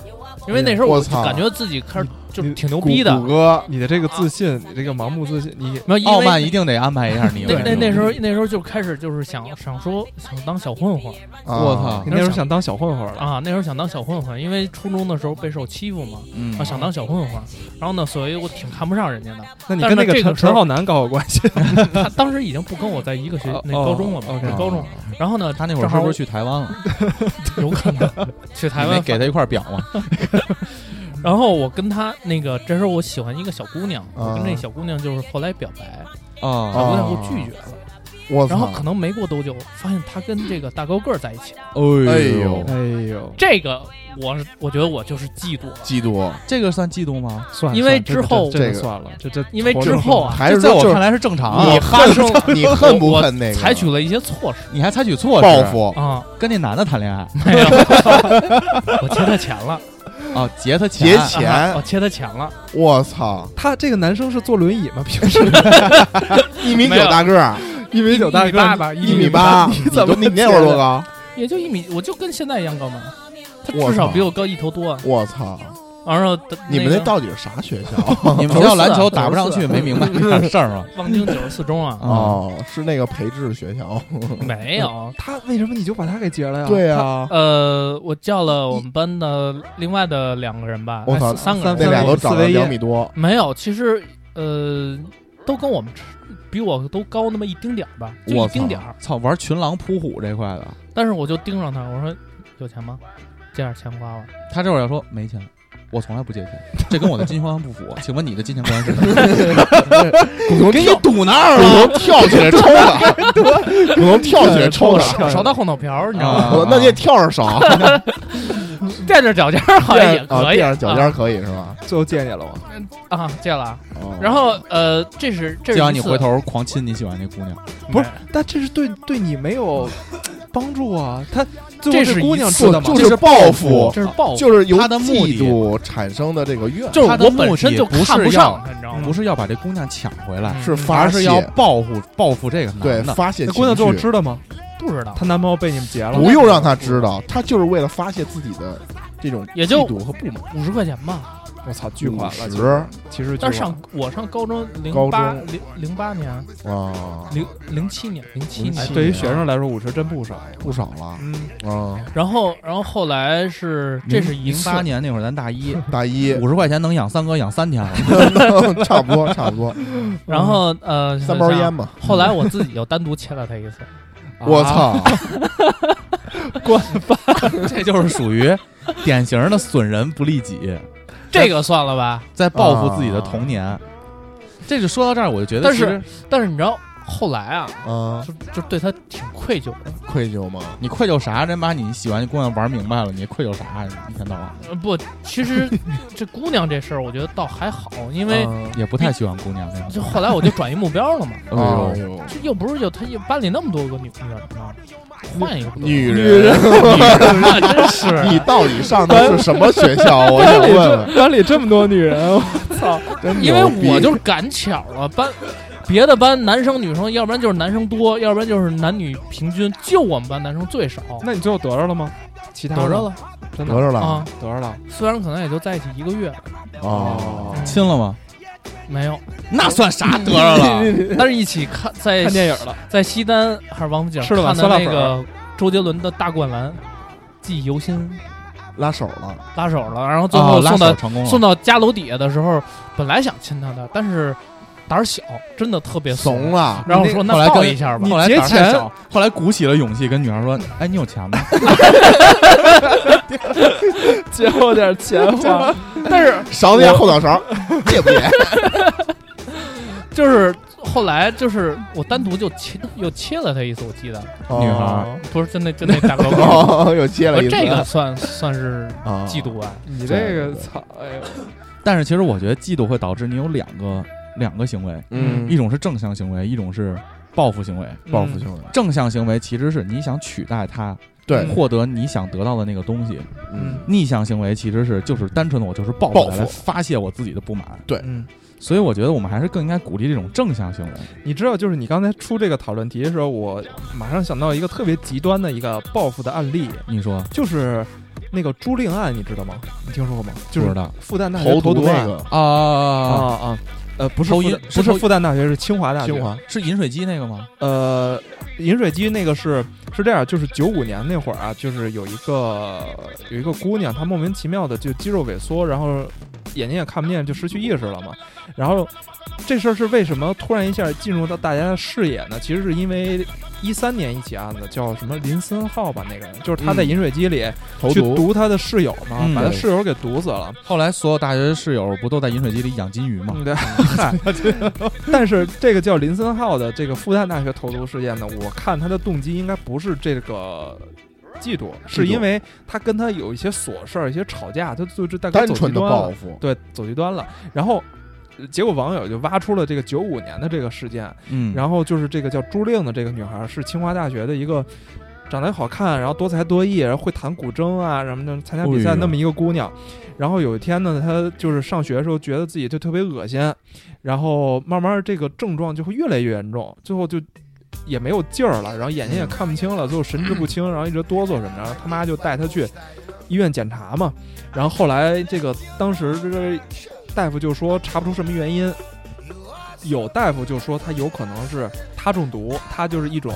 哎因为那时候我我就操感觉自己开始就你挺牛逼的谷，歌你的这个自信，你这个盲目自信，你没有因为嗯傲慢一定得安排一下你。那那那时候，候那时候就开始就是想想说想当小混混啊我操你那时候想当小混混了，啊，那时候想当小混混，因为初中的时候备受欺负嘛，嗯啊，想当小混混，然后呢，所以我挺看不上人家 的。那你但跟那是这陈个时陈候浩南搞好关系，他当时已经不跟我在一个学哦那高中了哦嘛， ，OK 那高中。然后呢，他那会儿正是好不是去台湾了？有 可能去 台你没湾给他一块表 吗？然后我跟他那个，这时候我喜欢一个小姑娘，啊我跟那小姑娘就是后来表白，啊小姑娘给我拒绝了。我然后操可！能没过多久，发现他跟这个大高个儿在一起了。哎哎呦，哎呦，这个我是我觉得我就是嫉妒了，嫉妒，这个算嫉妒吗？算了因为算了之这这后这这个个算了，这这因为活之着后啊，还这是在我说就看是来是正常啊你，发生恨你恨不恨那个？采取了一些措施你还采取措施报复，啊，跟那男的谈恋 爱没有，我欠他钱了，啊，劫他钱劫啊啊 钱我！欠他钱了，我操！他这个男生是坐轮椅吗？平时一米九没有大个儿，一米九大一米个八儿，吧，一米米八，你你怎么多你那会儿多高？也就一米，我就跟现在一样高嘛，他我至少操比我高一头多啊。我操！然后你们那那个到底是啥学校？你们学校篮球94打不上去， 94没明白这点事儿啊吗？望京九十四中 啊，啊，哦，是那个培智学校。没有，他为什么你就把他给劫了呀？对 啊，呃，我叫了我们班的另外的两个人吧，我操哎三个三那人俩都长四得维一两米多。没有，其实呃，都跟我们比我都高那么一丁点儿吧， 就我一操丁点儿。操，玩群狼扑虎这块的，但是我就盯上他，我说有钱吗？借点钱花花。他这会儿要说没钱，我从来不借钱，这跟我的金钱观不符。啊请问你的金钱观是什么？股给你堵那儿了，股东跳起来抽他，股东跳起来抽他。少到后脑瓢儿，你知道吗？啊我那你也跳着少，垫着脚尖儿好像也啊，可以，垫着脚尖儿可以是吧？最后见你了吗？啊啊，借了。哦然后呃，这是这就是一让你次回头狂亲你喜欢那姑娘，不是，但这是对对你没有帮助啊。他最后这是这一姑娘次知道吗就？是报复，这是报复，就是由他的目嫉的妒产生的这个怨，就是他的我目本身的就不看是不上要他，你知道吗不？是要把这姑娘抢回嗯来，是发而泄是，要报复报复这个对男的。发泄那姑娘最后情绪。知道吗？不知道，她男朋友被你们劫了，不用让他知道，他就是为了发泄自己的这种也就嫉妒和不满。五十块钱吧。我操，巨款了。其实十其实巨但款是上我上高中零高八中零零八年啊，零零七年零七哎年，对于学生来说，五十真不少。不少了嗯，啊。然后然后后来是这是一零次八年那会儿，咱大一，大一五十块钱能养三哥养三天了。 差 不多，差不多，然后呃嗯三包。想烟想嘛。后来我自己又单独欠了他一次，啊 啊我操！这就是属于典型的损人不利己，这个算了吧。在报复自己的童年。这就说到这儿，我就觉得，但是但是你知道后来啊，啊，就就对他挺愧疚的。愧疚吗？你愧疚啥？人把你喜欢的姑娘玩明白了，你愧疚啥？一天到晚呃不，其实这姑娘这事儿，我觉得倒还好，因为啊也不太喜欢姑娘那就种。后来我就转移目标了嘛。啊哎呦，这又不是就他一班里那么多个女女人呢，换一个不得了 女人， 啊真是你到底上的是什么学校？我想问 问。班里这么多女人，啊真因为牛逼我就是赶巧了，班别的班男生女生，要不然就是男生多，要不然就是男女平均，就我们班男生最少。那你最后得着了吗？其他得着了真的得着了啊，得着了。虽然可能也就在一起一个月，哦，亲了吗？没有，那算啥得着了？但是一起看在看电影了，在西单还是王府井吃了碗看酸的辣那粉儿个周杰伦的大灌篮，记忆犹新，拉手了，拉手了，然后最后哦拉送到、手成功了，送到家楼底下的时候，本来想亲他的，但是胆儿小，真的特别怂。了。然后我说后那来抱跟一下吧，后来劫胆儿太钱小，后来鼓起了勇气跟女孩说：“哎，你有钱吗？借我点钱花。但是勺子压后脑 勺，借不借？就是后来就是我单独就切又切了他一次，我记得女孩儿不是真的真的大哥 哥，哦，又接了我一次。这个算算是啊嫉妒吧。你这个操，哎呦，但是其实我觉得嫉妒会导致你有两个两个行为，嗯一种是正向行为，一种是报复行为。报复行为，正向行为其实是你想取代他，对，获得你想得到的那个东西；嗯，逆向行为其实是就是单纯的我就是报报复复来发泄我自己的不满。嗯，所以我觉得我们还是更应该鼓励这种正向行为。你知道，就是你刚才出这个讨论题的时候，我马上想到一个特别极端的一个报复的案例，你说就是那个朱令案，你知道吗？你听说过吗？就不是知道复旦大学投投毒毒那案个啊啊啊？啊，呃，不是投复银旦是不是投复旦大学，是清华大学。清华，是饮水机那个吗？呃，饮水机那个是是这样，就是九五年那会儿啊，就是有一个有一个姑娘，她莫名其妙的就肌肉萎缩，然后眼睛也看不见，就失去意识了嘛。然后这事儿是为什么突然一下进入到大家的视野呢？其实是因为一三年一起案子，叫什么林森浩吧，那个人就是他在饮水机里嗯投去毒毒他的室友嘛，嗯把他对室友给毒死了。后来所有大学室友不都在饮水机里养金鱼吗？嗯，对。嗨 但是这个叫林森浩的这个复旦大学投毒事件呢，我看他的动机应该不是这个嫉妒，是因为他跟他有一些琐事儿、一些吵架，他就就大概单走极纯的端了报，复，对，走极端了。然后呃结果网友就挖出了这个九五年的这个事件，嗯，然后就是这个叫朱令的这个女孩是清华大学的一个。长得好看，然后多才多艺，然后会弹古筝啊什么的，参加比哎赛呦那么一个姑娘。然后有一天呢，她就是上学的时候觉得自己就特别恶心，然后呃慢慢这个症状就会越来越严重，最后就也没有劲儿了，然后眼睛也看不清了，最后神志不清，然后一直哆嗦什么的。然后他妈就带她去医院检查嘛，然后后来这个当时这个大夫就说查不出什么原因，有大夫就说他有可能是他中毒，他就是一种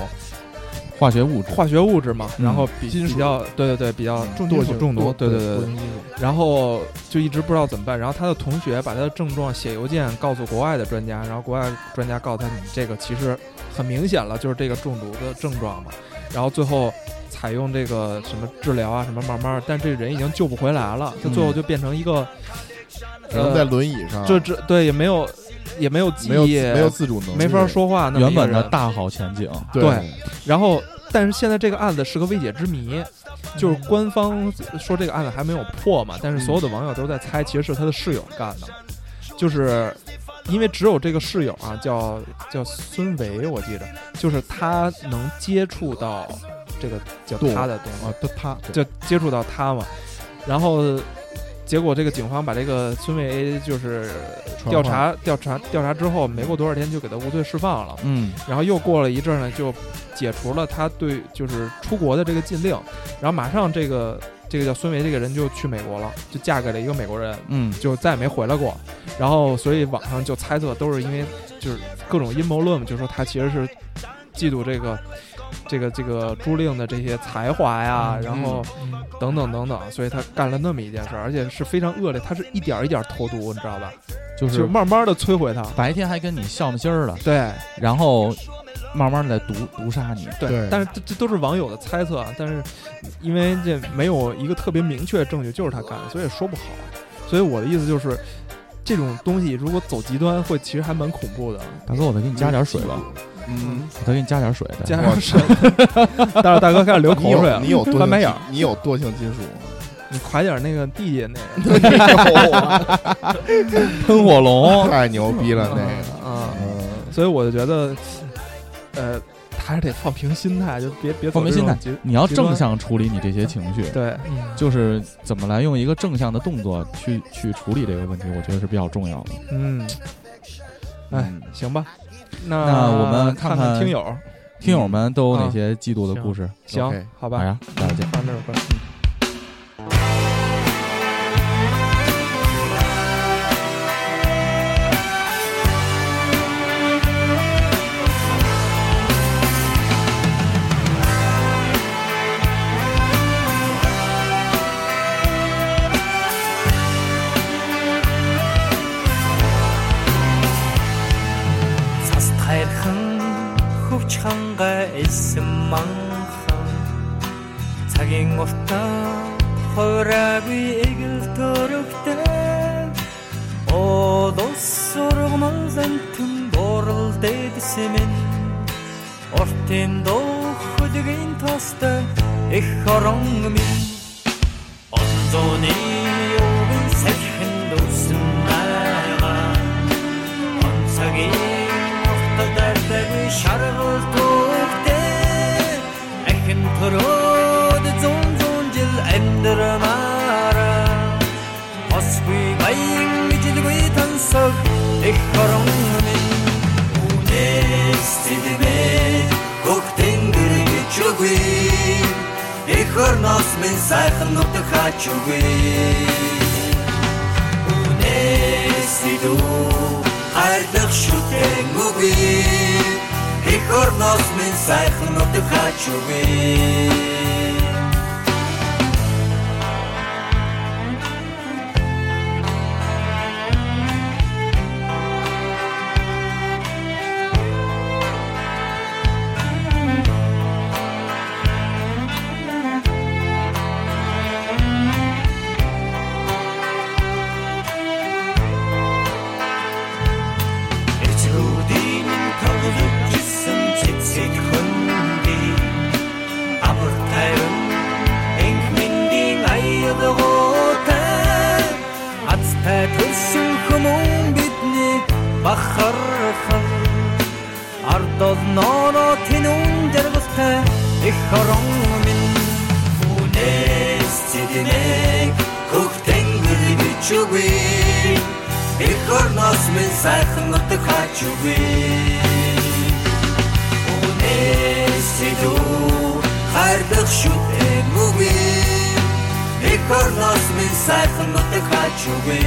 化学物质，化学物质嘛，嗯然后比金属比较对对对比较重金属中毒，对对嗯对，对然后就一直不知道怎么办，然后他的同学把他的症状写邮件告诉国外的专家，然后国外专家告诉他你这个其实很明显了，就是这个中毒的症状嘛，然后最后。采用这个什么治疗啊，什么慢慢，但这人已经救不回来了，他最后就变成一个，只能呃在轮椅上，这这对也没有也没有记忆，没有自没有自主能力，没法说话。那么原一个本的人大好前景，对对然后，但是现在这个案子是个未解之谜，就是嗯官方说这个案子还没有破嘛，嗯但是所有的网友都在猜，其实是他的室友干的，就是因为只有这个室友啊，叫叫孙维，我记着，就是他能接触到这个叫动物他的东西啊，，他他对就接触到他嘛，然后结果这个警方把这个孙维就是调查调查调查之后，没过多少天就给他无罪释放了。嗯，然后又过了一阵儿呢，就解除了他对就是出国的这个禁令，然后马上这个这个叫孙维这个人就去美国了，就嫁给了一个美国人，嗯，就再也没回来过。然后所以网上就猜测都是因为就是各种阴谋论嘛，就说他其实是嫉妒这个这个这个朱令的这些才华呀，然嗯后等等等等，所以他干了那么一件事儿，而且是非常恶劣，他是一点儿一点儿投毒，你知道吧？就就是慢慢的摧毁他。白天还跟你笑眯心儿了，对，然后慢慢的毒毒杀你，对，对但是这这都是网友的猜测啊。但是因为这没有一个特别明确的证据，就是他干的，所以也说不好。所以我的意思就是，这种东西如果走极端，会其实还蛮恐怖的。大哥，我再给你加点水吧，嗯，我再给你加点水，再加 上是，但是大哥开始嗯流你口水有了，你有多 翻性白眼儿，金你有多性金属吗？你快点那个弟弟那个，喷火龙，太牛逼了那个， 啊，呃嗯，所以我就觉得，呃，还是得放平心态，就别别走放平心态这种极你要正向处理你这些情绪，对，嗯就是怎么来用一个正向的动作去去处理这个问题，我觉得是比较重要的。嗯，哎嗯，行吧，那那我们看看看听友，听友们都有哪些嫉妒的故事？嗯啊行 OK，好吧好，呀，大家见。放这首歌。 цас тайрхан хөвч хангаа элсэн манхан цагийн уртаа хувраагүй эгэл төрөгтэй Одос сургаман зэнтэн буурал дээдсэн минь Ортын доо хөдөгийн тостой их орон минь Онзооны юувын салхин дүүсэн байгаа онцогийн уртад ардаггүй шаргал түүхтэй ахин төрөөд зүүн зүүн жил амьдрамаараа Осгүй баян ижилгүй тансаг их хорон минь Үнээс тэлбээ бүх тэнгэр гэж үгүй Их хорноос минь сайхан нутаг хаач үгүй Үнэсэдүү хайрлах шүтэн үгүй Их орноос минь сайхан нутаг хаач үгүй Коронго минь Үнэсцэд нэг хөх тэнгэр гэж үгүй Их орноос минь сайхан нутаг хаач үгүй Үнэсцэд үү хайрдах шүт эмгүй Их орноос минь сайхан нутаг хаач үгүй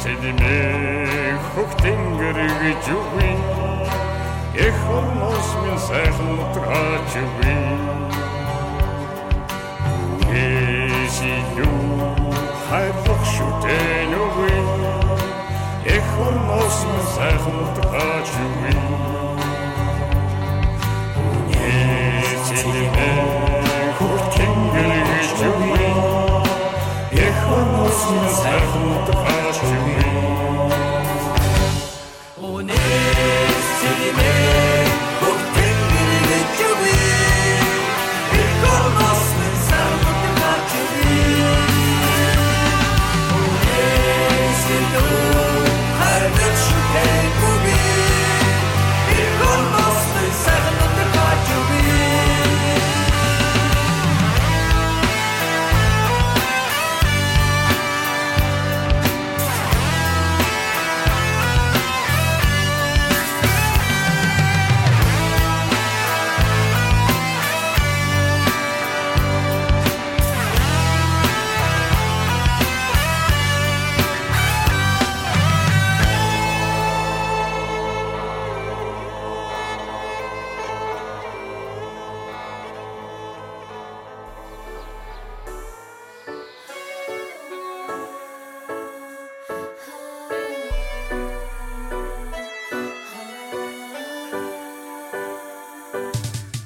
Тэдний хөхтөнгөр гэж үгүй Эх хүмүүс минь сайхан утгаач үгүй Үнэши юу хайрах шүтэн үгүй Эх хүмүүс минь сайхан утгаач үгүй Үнэши юу хөхтөнгөр гэж үгүй Эх хүмүүс минь сайхан утгаач үгүй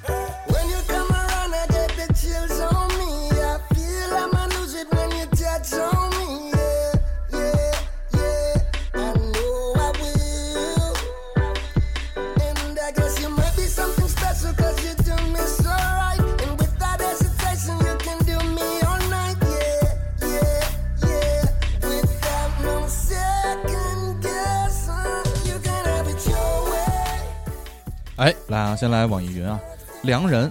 When you come around, I get the chills on me. I feel I'm a lose it when you touch on me. Yeah, yeah, yeah. I know I will. And I guess you might be something special, cause you do me so right. And without hesitation, you can do me all night. Yeah, yeah, yeah. Without no second guessing, you can have it your way. 哎，来啊，先来网易云啊，良人，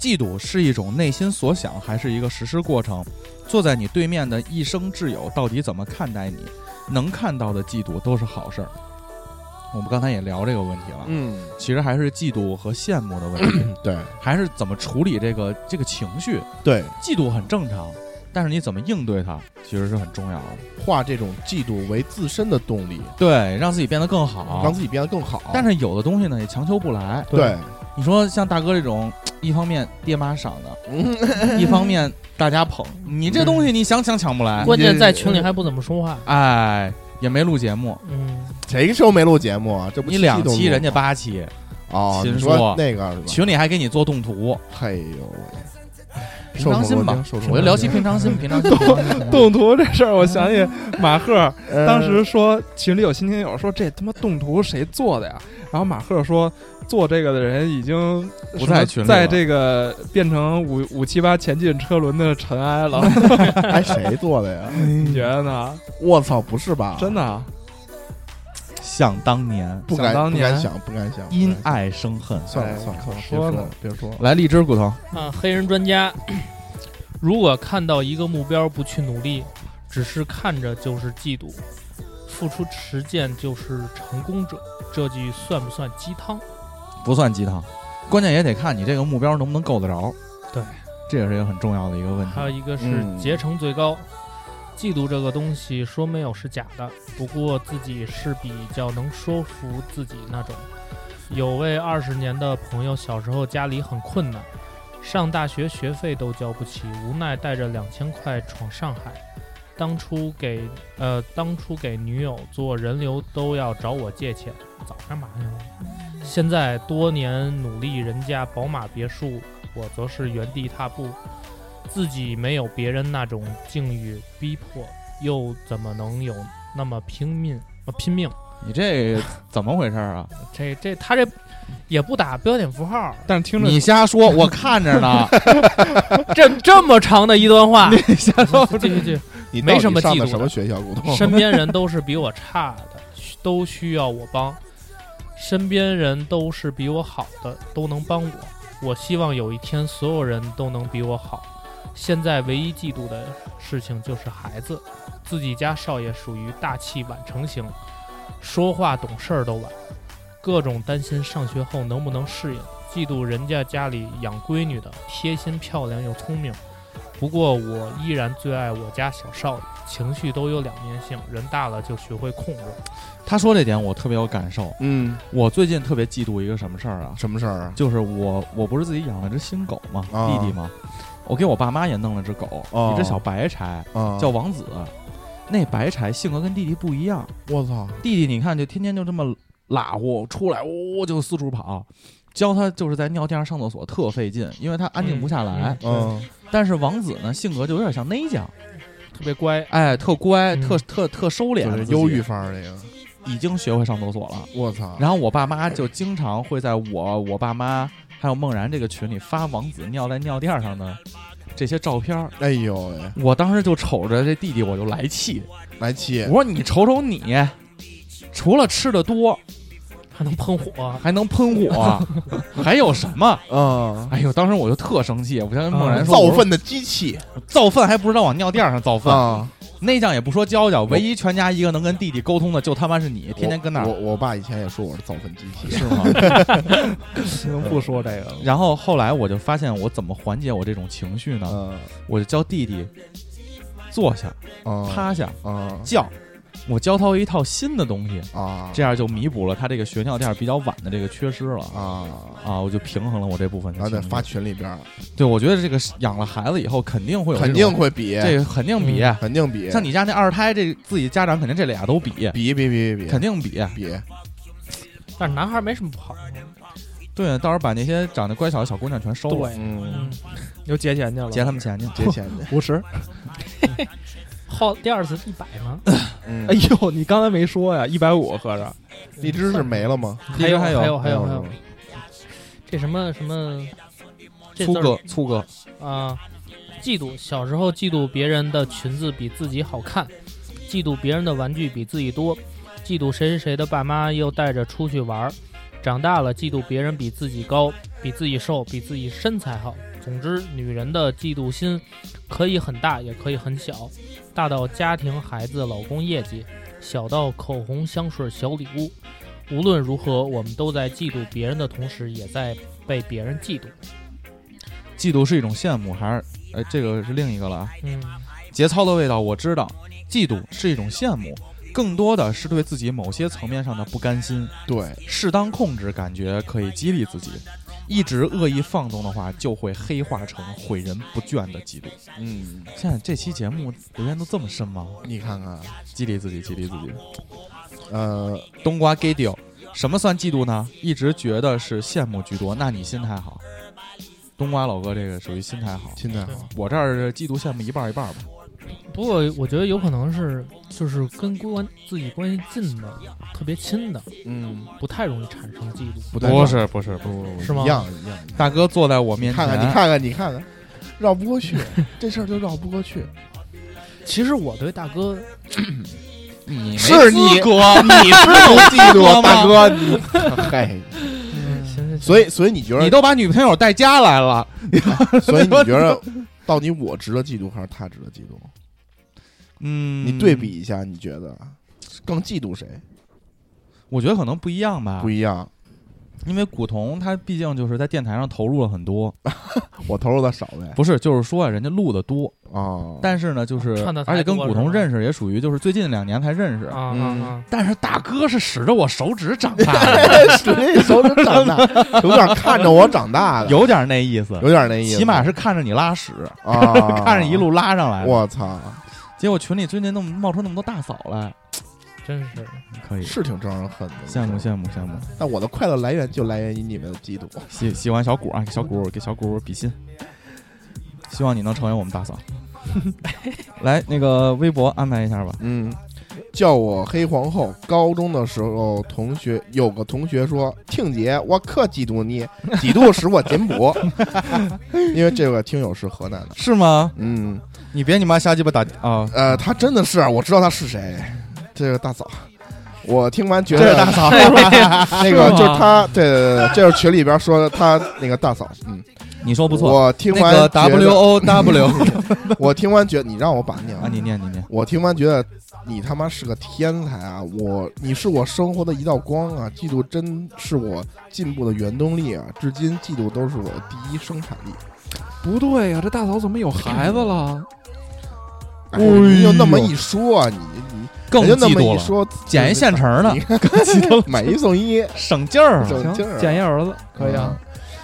嫉妒是一种内心所想，还是一个实施过程？坐在你对面的一生挚友到底怎么看待你？能看到的嫉妒都是好事儿。我们刚才也聊这个问题了，嗯，其实还是嫉妒和羡慕的问题，对还是怎么处理这个这个情绪。对，嫉妒很正常，但是你怎么应对它，其实是很重要的。化这种嫉妒为自身的动力，对，让自己变得更好让。自己变得更好。啊但是有的东西呢，也强求不来。对，你说像大哥这种，一方面爹妈赏的，嗯 一方面大家捧，你这东西你想抢抢不来。关键在群里还不怎么说话。哎，也没录节目，嗯，谁时候没录节目啊？这不你两期气动人家吗八期，哦，秦你说说那个是吧？群里还给你做动图，嘿呦喂，平常心吧。受宠若惊受宠我就若聊惊起平常心，平常心。平常心 动图这事儿，我想 起马赫呃当时说群里有新听友说这他妈动图谁做的呀？然后马赫说做这个的人已经不什在么群里了在这个变成五五七八前进车轮的尘埃了。 哎，谁做的呀？你觉得呢？我操，不是吧？真的啊想当年，不想敢当不敢年想，不敢想。因不敢爱生恨。想算哎了算了，可别说呢了，别说了。来，荔枝骨头，啊，黑人专家， 如果看到一个目标不去努力，只是看着就是嫉妒，付出实践就是成功者。这句算不算鸡汤？不算鸡汤，关键也得看你这个目标能不能够得着。对，这也是一个很重要的一个问题还。有一个是嗯结成最高，嫉妒这个东西说没有是假的，不过自己是比较能说服自己那种。有位二十年的朋友，小时候家里很困难，上大学学费都交不起，无奈带着两千块闯上海。当初给呃，当初给女友做人流都要找我借钱，早干嘛呀？现在多年努力，人家宝马别墅，我则是原地踏步。自己没有别人那种境遇逼迫，又怎么能有那么拼命？呃拼命？你这怎么回事儿啊？这这他这也不打标点符号，但是听着你瞎说，我看着呢。 这这么长的一段话，你瞎说，继续继续。你没到底什么上嫉的妒什的么学校，股东？身边人都是比我差的，需都需要我帮；身边人都是比我好的，都能帮我。我希望有一天所有人都能比我好。现在唯一嫉妒的事情就是孩子，自己家少爷属于大器晚成型，说话懂事儿都晚，各种担心上学后能不能适应，嫉妒人家家里养闺女的贴心漂亮又聪明。不过我依然最爱我家小少爷，情绪都有两面性，人大了就学会控制。他说这点我特别有感受。嗯，我最近特别嫉妒一个什么事儿啊？什么事儿啊？就是我我不是自己养了只新狗嘛，啊弟弟嘛，我给我爸妈也弄了只狗，哦一只小白柴，啊，叫王子。那白柴性格跟弟弟不一样，我操，弟弟你看就天天就这么拉呼出来，呜、就四处跑。教他就是在尿垫上厕所特费劲，因为他安静不下来。嗯但是王子呢，性格就有点像内向， 特别乖，哎，特乖，嗯特特特收敛就了是自己，忧郁范儿这个，已经学会上厕所了。我操，然后我爸妈就经常会在我、我爸妈还有梦然这个群里发王子尿在尿垫上的这些照片儿。哎呦喂，我当时就瞅着这弟弟，我就来气，来气我，说你瞅瞅你，除了吃的多，还能喷火，还能喷火， 还有什么？嗯，哎呦，当时我就特生气，我就跟梦然说，造我说粪的机器造粪还不知道往尿垫上造粪，啊，内向也不说教教，嗯唯一全家一个能跟弟弟沟通的就他妈是你，天天跟那我儿我我爸以前也说我是造粪机器，是 吗？不说这个了。然后后来我就发现我怎么缓解我这种情绪呢？嗯我就教弟弟坐下、嗯，趴下、嗯叫，我教他一套新的东西，啊这样就弥补了他这个学尿垫比较晚的这个缺失了啊。啊，啊，我就平衡了我这部分的然后情再绪。发群里边儿，对，我觉得这个是养了孩子以后肯定会有这肯种，定会比，这个肯定比、肯定比，像你家那二胎，这自己家长肯定这俩都比，比比比比比，肯定比。比， 但是男孩没什么不好。对，到时候把那些长得乖巧的小姑娘全收了，对，嗯，嗯，又节钱去了，劫他们钱去。节钱的，五十。后第二次一百吗？嗯哎，呦，你刚才没说呀，一百五合着。荔枝是没了吗？ 还有 还有还有还有还 没有，这什么什么，这粗字儿哥，粗哥，啊，嫉妒。小时候嫉妒别人的裙子比自己好看，嫉妒别人的玩具比自己多，嫉妒谁谁谁的爸妈又带着出去玩儿。长大了，嫉妒别人比自己高、比自己瘦、比自己身材好。总之，女人的嫉妒心可以很大，也可以很小，大到家庭、孩子、老公、业绩，小到口红、香水、小礼物。无论如何，我们都在嫉妒别人的同时，也在被别人嫉妒。嫉妒是一种羡慕，还是哎，这个是另一个了啊。嗯，节操的味道我知道，嫉妒是一种羡慕，更多的是对自己某些层面上的不甘心。对，适当控制，感觉可以激励自己。一直恶意放纵的话，就会黑化成毁人不倦的嫉妒。嗯，现在这期节目留言都这么深吗？你看看，激励自己，激励自己。呃，冬瓜 gay 掉，什么算嫉妒呢？一直觉得是羡慕居多，那你心态好。冬瓜老哥这个属于心态好，现在好，我这儿是嫉妒羡慕一半儿一半儿吧。不过我觉得有可能是就是跟关自己关系近的、特别亲的，嗯，不太容易产生嫉妒。不太好是不是不是，是吗一样一样，一样大哥坐在我面你前，看看你看看你看看，绕 不过去，这事儿就绕不过去，其实我对大哥，你没是你资格 你是能嫉妒啊妒大大哥，你 嘿，行行行， 所以所以你觉你得，都把女朋友带家来了，所以你觉得，到底我值得嫉妒还是他值得嫉妒？嗯，你对比，一下，你啊觉得更嫉妒谁？我觉得可能不一样吧不。一样，因为古潼他毕竟就是在电台上投入了很多，我投入的少呗。不是，就是说啊，人家录的多，啊，但是呢，就是哦串得太而且跟多古是潼吧认识也属于就是最近两年才认识，啊啊嗯啊！但是大哥是使着我手指长大 的，属于手指长大， 有点看着我长大的，有点那意思，有点那意思。起码是看着你拉屎，啊，看着一，路拉上来的。我操，结果群里最近那么冒出那么多大嫂来，真是可以是挺招人恨的。羡慕羡慕羡慕。但我的快乐来源就来源于你们的嫉妒。喜喜欢小谷啊，给小谷给小谷比心，希望你能成为我们大嫂。来，那个微博安排一下吧。嗯，叫我黑皇后。高中的时候，同学有个同学说：“听姐，我可嫉 妒你，嫉妒使我进步。”因为这个听友是河南的。是吗？嗯，你别你妈瞎鸡巴打啊！呃，他真的是，我知道他是谁，这个大嫂。我听完觉这得是大嫂， 那 个就是他，对对对，对这就是群里边说他那个大嫂，嗯，你说不错。我听那个完觉 W 得， O W 我听完觉得，你让我把念啊，完，你念你念。我听完觉得你他妈是个天才啊！我你是我生活的一道光啊！嫉妒真是我进步的原动力啊！至今嫉妒都是我的第一生产力。不对呀、这大嫂怎么有孩子嗯了？哎你就那么一说啊，你你更人家嫉那么妒一了，说，捡一现成 的，的， 买一送一，省劲儿了。省劲行，儿捡一儿子可以啊。嗯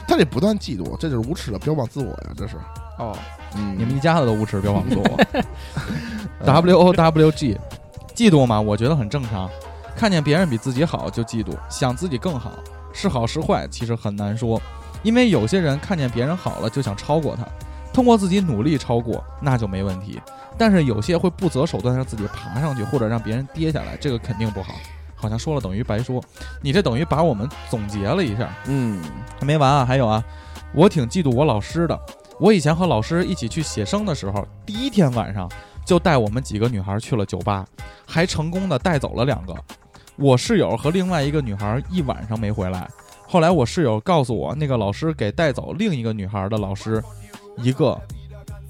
他这不断嫉妒，这就是无耻的标榜自我呀！这是，哦，嗯，你们一家子都无耻，别枉做我。W O W G，嫉妒嘛，我觉得很正常。看见别人比自己好就嫉妒，想自己更好，是好是坏其实很难说，因为有些人看见别人好了就想超过他，通过自己努力超过那就没问题。但是有些会不择手段让自己爬上去，或者让别人跌下来，这个肯定不好。好像说了等于白说，你这等于把我们总结了一下。嗯还没完啊，还有啊，我挺嫉妒我老师的。我以前和老师一起去写生的时候，第一天晚上就带我们几个女孩去了酒吧，还成功的带走了两个。我室友和另外一个女孩一晚上没回来。后来我室友告诉我，那个老师给带走另一个女孩的老师一个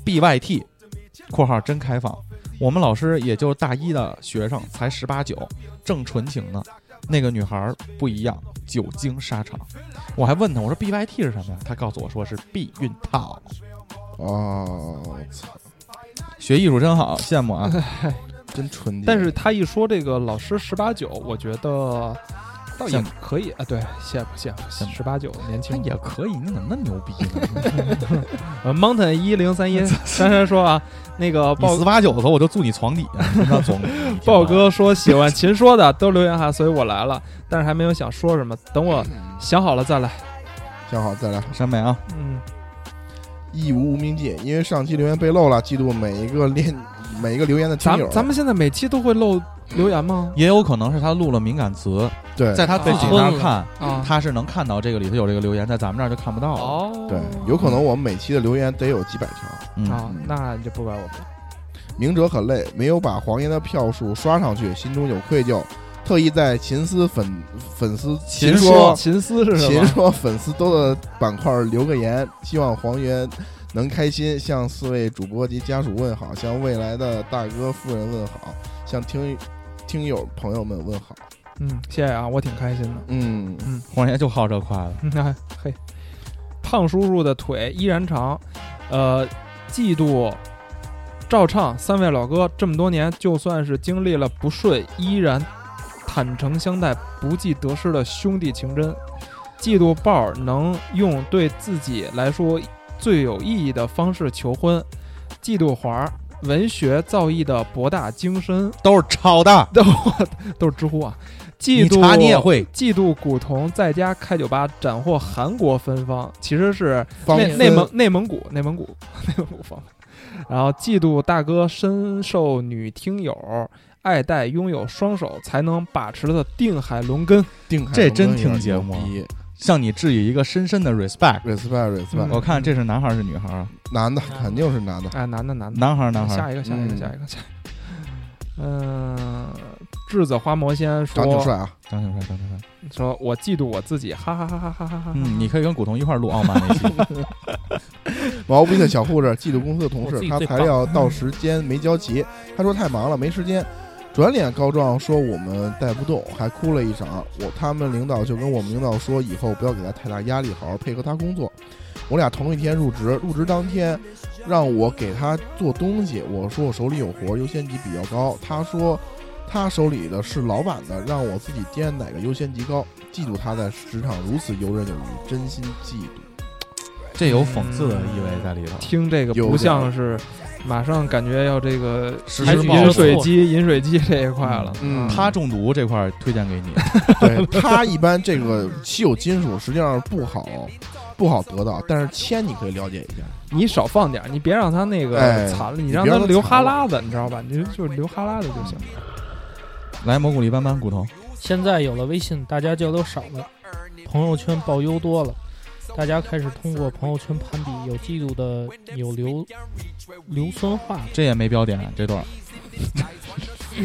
BYT（括号真开放）。我们老师也就大一的学生，才十八九，正纯情呢。那个女孩不一样，久经沙场。我还问他，我说 BYT 是什么呀？他告诉我说是避孕套。哦，操学艺术真 好，羡慕啊！真纯洁。但是他一说这个老师十八九，我觉得倒也羡慕可以啊。对，羡慕羡羡慕慕十八九年他轻。也可以，你怎么那么牛逼呢？ 呃，Mountain 一零三一珊珊说啊，那个你豹四八九的时候我就住你床底下，你那总你豹哥说喜欢 秦说的都留言哈，所以我来了，但是还没有想说什么，等 我想好了再来。嗯行好，再来。山美啊，嗯，义无无名界，因为上期留言被漏了，嫉妒每一个练每一个留言的听咱友。们咱们现在每期都会漏留言吗？也有可能是他录了敏感词，对在他自己那被吞儿了看，啊，他是能看到这个里头有这个留言，在咱们这儿就看不到了。哦，对，有可能我们每期的留言得有几百条。嗯，啊，那就不怪我们了。明哲很累，没有把黄爷的票数刷上去，心中有愧疚，特意在秦丝粉粉丝秦说秦丝是什秦么？说粉丝多的板块留个言，希望黄爷能开心，向四位主播及家属问好，向未来的大哥夫人问好，向听听友朋友们问好。嗯，谢谢啊，我挺开心的。嗯，黄爷就好这块了。 那嘿，胖叔叔的腿依然长，呃，嫉妒赵畅三位老哥这么多年，就算是经历了不顺，依然坦诚相待，不计得失的兄弟情深。嫉妒豹儿能用对自己来说最有意义的方式求婚，嫉妒华儿文学造诣的博大精深，都是抄的，都都是知乎啊。你嫉妒查你也会，嫉妒古潼在家开酒吧，斩获韩国芬芳，其实是方内分内蒙内蒙古内蒙古 内蒙古方面。然后嫉妒大哥深受女听友爱戴，拥有双手才能把持的定海龙根。定海这龙真根也听节牛目啊逼向你致以一个深深的 respect。 respect respect，、嗯我看这是男孩儿是女孩儿啊？哦男的肯定是男的，哎，男的男的，男孩儿男孩儿，下一个下一个嗯下一个下一个。嗯，栀子花魔仙长挺说帅啊，张小帅，张小帅。说，我嫉妒我自己，哈哈哈哈哈哈哈。嗯，你可以跟古潼一块儿录傲慢那期。 毛病的小护士，嫉妒公司的同我自事，己他最材料到时间没交齐，他说太忙了没时间。转脸告状说我们带不动，还哭了一场。我他们领导就跟我们领导说，以后不要给他太大压力，好好配合他工作。我俩同一天入职，入职当天让我给他做东西，我说我手里有活，优先级比较高。他说他手里的是老板的，让我自己掂哪个优先级高。嫉妒他在职场如此游刃有余，真心嫉妒。这有讽刺的意味在里头。听这个有不点像是，马上感觉要这个实采施取报一饮个复水机饮水机这一块了。嗯他中毒这块儿推荐给你， 对它一般这个稀有金属实际上不好不好得到，但是铅你可以了解一下。你少放点儿，你别让它那个哎残了，你你让别它让它流残哈了喇子，你知道吧？你就就流哈喇子就行。来蘑菇里斑斑骨头，现在有了微信，大家交流少了，朋友圈报忧多了，大家开始通过朋友圈攀比，有嫉妒的，有硫硫酸话的。这也没标点这段儿。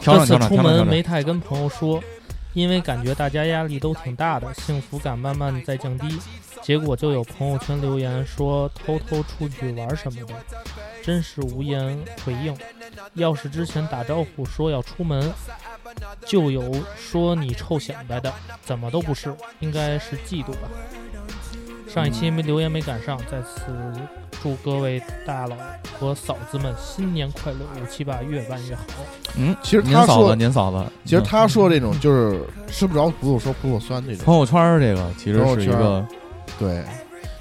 调整调整调这次出整调门整没，太跟朋友说，因为感觉大家压力都挺大的，幸福感慢慢在降低。结果就有朋友圈留言说偷偷出去玩什么的，真是无言回应。要是之前打招呼说要出门，就有说你臭显摆的，怎么都不是，应该是嫉妒吧。上一期没留言没赶上，在此祝各位大佬和嫂子们新年快乐，五七八越办越好。嗯，其实您他嫂说子，您嫂子，其实嗯他说这种就是吃不着葡萄说葡萄酸这种，朋友圈儿这个其实朋友是一圈儿个对，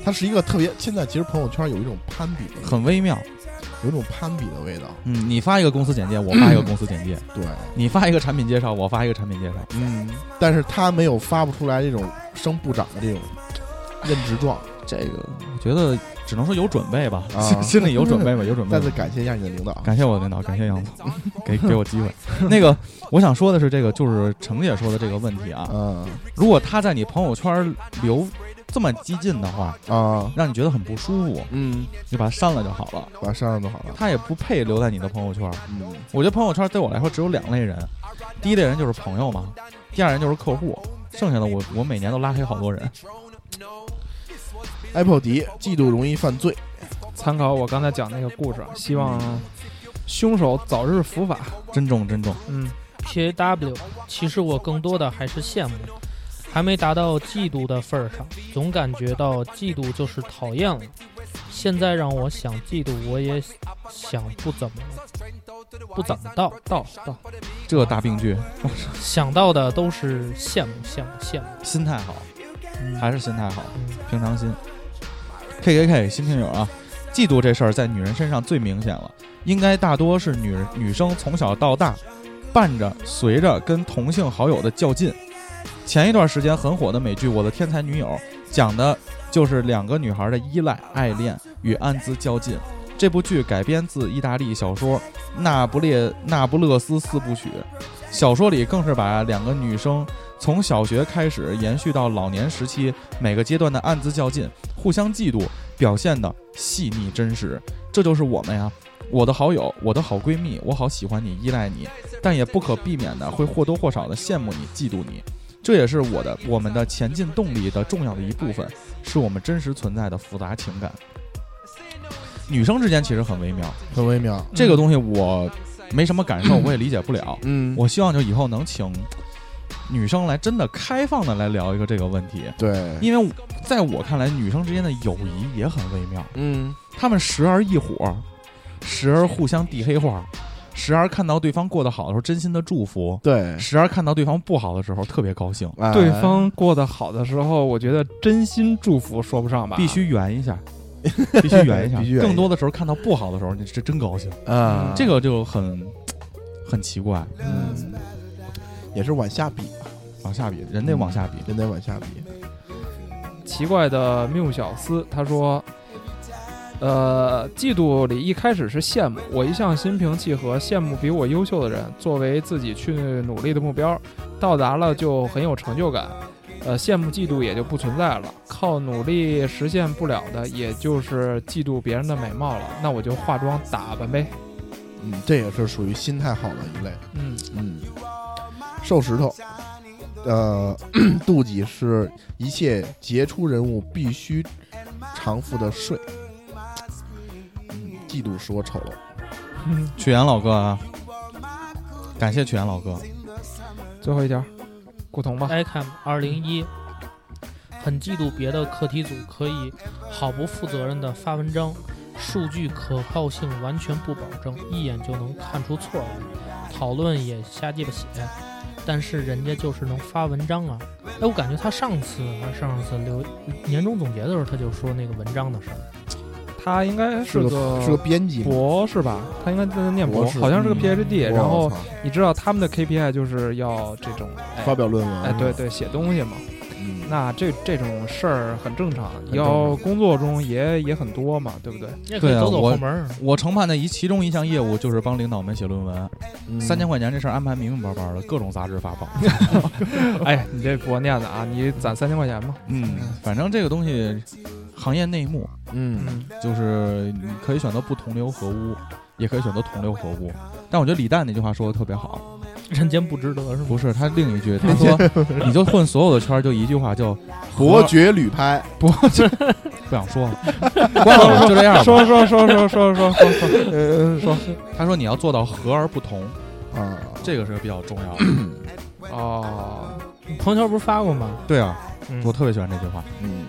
它是一个特别现在其实朋友圈有一种攀比的，很微妙。有一种攀比的味道。嗯，你发一个公司简介，我发一个公司简介，对，你发一个产品介绍，我发一个产品介绍。嗯，但是他没有发不出来这种生部长的这种任职状。这个我觉得只能说有准备吧，啊心里有准备吧，有准备吧。再次感谢一下你的领导，感谢我的领导，感谢杨总，给给我机会。那个，我想说的是，这个就是程姐说的这个问题啊。嗯如果他在你朋友圈留这么激进的话，啊让你觉得很不舒服，嗯，你就把它删了就好了。把它删了就好了。他也不配留在你的朋友圈。嗯我觉得朋友圈对我来说只有两类人，第一类人就是朋友嘛，第二人就是客户。剩下的我，我每年都拉黑好多人。 ，Apple 迪嫉妒容易犯罪。参考我刚才讲那个故事，啊希望凶手早日伏法。珍重，珍重。嗯， P A W，其实我更多的还是羡慕，还没达到嫉妒的份儿上，总感觉到嫉妒就是讨厌了。现在让我想嫉妒，我也想不怎么不怎么到到到，这大病句，想到的都是羡慕羡慕羡慕。心态好，嗯还是心态好，嗯平常心。K K K 新听友啊，嫉妒这事儿在女人身上最明显了，应该大多是女人女生从小到大伴着随着跟同性好友的较劲。前一段时间很火的美剧《我的天才女友》，讲的就是两个女孩的依赖、爱恋与暗自较劲。这部剧改编自意大利小说《那不列那不勒斯四部曲》，小说里更是把两个女生从小学开始延续到老年时期，每个阶段的暗自较劲、互相嫉妒，表现的细腻真实。这就是我们呀，我的好友，我的好闺蜜，我好喜欢你，依赖你，但也不可避免的会或多或少的羡慕你、嫉妒你。这也是我的我们的前进动力的重要的一部分，是我们真实存在的复杂情感。女生之间其实很微妙，很微妙。这个东西我没什么感受，我也理解不了。嗯，我希望就以后能请女生来真的开放的来聊一个这个问题，对，因为在我看来，女生之间的友谊也很微妙，嗯她们时而一伙，时而互相地黑话，时而看到对方过得好的时候真心的祝福，对，时而看到对方不好的时候特别高兴，哎对方过得好的时候，我觉得真心祝福说不上吧，必须圆一 下。必须圆一下，必须圆一下更多的时候看到不好的时候，你这真高兴，啊，这个就很很奇怪。嗯也是往下比，往下比，人得往下比。真得往下比。奇怪的缪小斯，他说，呃，嫉妒里一开始是羡慕，我一向心平气和，羡慕比我优秀的人，作为自己去努力的目标，到达了就很有成就感，呃，羡慕嫉妒也就不存在了，靠努力实现不了的，也就是嫉妒别人的美貌了，那我就化妆打扮呗，嗯，这也是属于心态好的一类。嗯，嗯，瘦石头，呃， 妒忌是一切杰出人物必须偿付的税。嗯嫉妒使我丑陋，去演老哥啊，感谢曲阳老哥，最后一条，古潼吧。 ICAM 二零一，很嫉妒别的课题组可以毫不负责任的发文章，数据可靠性完全不保证，一眼就能看出错来，讨论也瞎鸡巴写，但是人家就是能发文章啊！哎，我感觉他上次还是上上次留年终总结的时候，他就说那个文章的事儿。他应该是个个是个编辑嘛，博士吧？他应该在那念博博，士好像是个嗯 PhD。然我后操你知道他们的 KPI 就是要这种哎发表论文，哎，对，对，写东西嘛。嗯，那这这种事儿很正常，正常要工作中也也很多嘛，对不 对？也可以对啊走走我后门儿。我承办的一其中一项业务就是帮领导们写论文，嗯三千块钱这事儿安排明明白白的，各种杂志发 报。哎，你这博念的啊，你攒三千块钱嘛。嗯，反正这个东西行业内幕，嗯，嗯，就是你可以选择不同流合污，也可以选择同流合污。但我觉得李诞那句话说的特别好，人间不值得是吗？不是他另一句，他说 你就混所有的圈儿，就一句话叫伯和爵旅拍，不想说了， 关了就这样吧。说说说说说 说说说，他说你要做到和而不同，啊，这个是比较重要 的。哦，朋友圈不是发过吗？对啊，嗯我特别喜欢这句话。嗯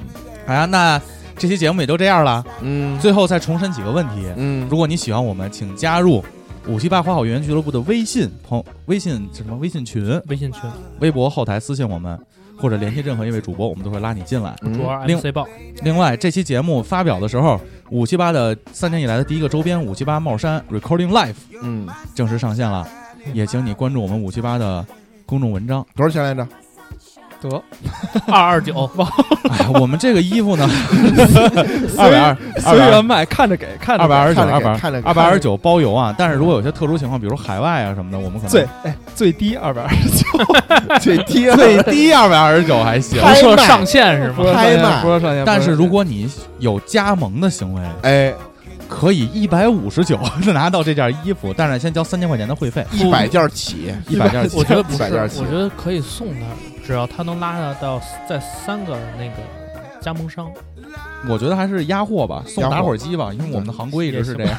哎呀，那这期节目也就这样了。嗯最后再重申几个问题：嗯如果你喜欢我们，请加入五七八花好园俱乐部的微信朋微信什么微信群，微信群微博后台私信我们，或者联系任何一位主播，我们都会拉你进来。主嗯要另 MC 报，另外，这期节目发表的时候，五七八的三年以来的第一个周边五七八帽衫 Recording Life 嗯，正式上线了，也请你关注我们五七八的公众文章。多少钱来着？得二二 九，哎，我们这个衣服呢，二百二，随缘卖，看着给，看着二百二十九，看着二给百看着给二百二十九包邮啊。但是如果有些特殊情况，比如说海外啊什么的，我们可能最哎最低二百二十九，最低最低二百二十九还 行。拍说卖上限是吗？说拍卖不说上线。但是如果你有加盟的行为，哎，可以一百五十九 拿到这件衣服，但是先交三千块钱的会费，一百件儿起，一百件起我觉得不是， 120我觉得可以送他，只要他能拉到在三个那个加盟商，我觉得还是压货吧，送压货打火机吧，因为我们的行规一直是这样。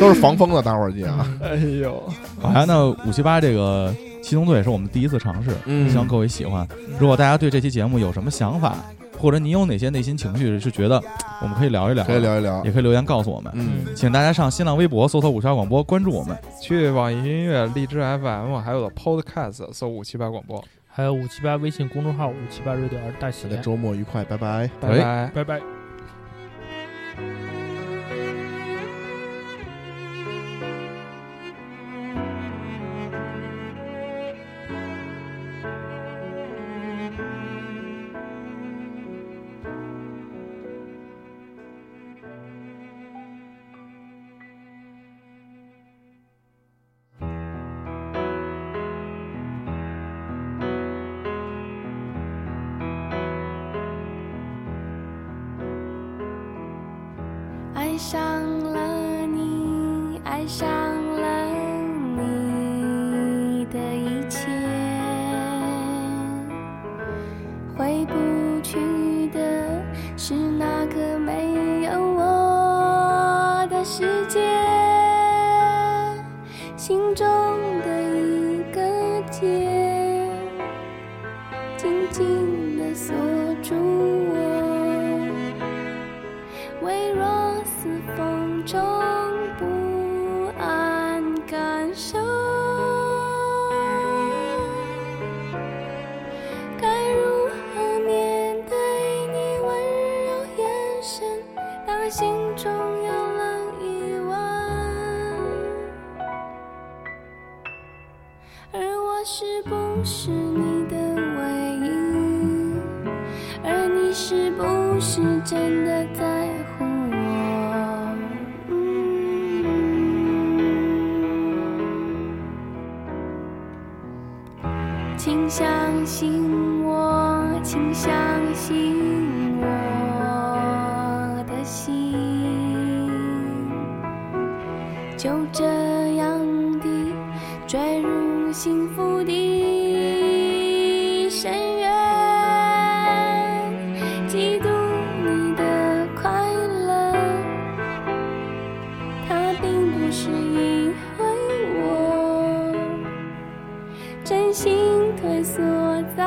都是防风的打火机啊，哎呦，好像那五七八这个七宗罪是我们第一次尝试，嗯希望各位喜欢。如果大家对这期节目有什么想法，或者你有哪些内心情绪是觉得我们可以聊一聊，可以，聊一聊也，可以留言告诉我们。嗯，请大家上新浪微博搜索“五七八广播”，关注我们。去网易音乐、荔枝 FM 还有 Podcast 搜五七八广播，还有五七八微信公众号五七八 radio 大写大，家周末愉快，拜拜。哎拜拜。拜拜。爱上了你，爱上了你的一切，回不去的是那个没有我的世界，心中的一个结，紧紧的锁住我。微弱似风中不安感受，该如何面对你温柔眼神？当心中有了疑问，而我是不是你的唯一？而你是不是真的在乎我？嗯请相信我，请相信我的心，就这样地坠入幸福的深渊，嫉妒你的快乐，它并不是因为我，真心退缩在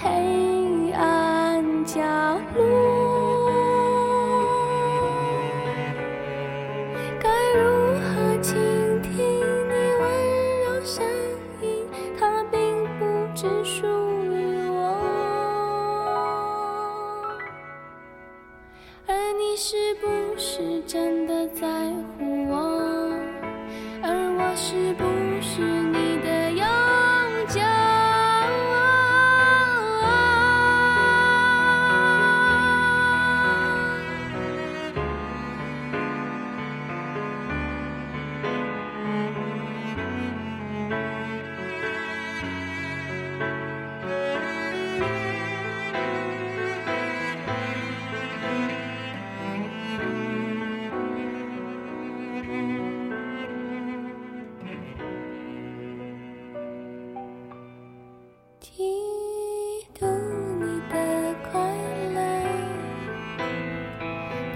黑暗角落。该如何倾听你温柔声音？它并不只属于我。而你是不是真的在乎我？而我是不是你的永久？嫉妒你的快乐，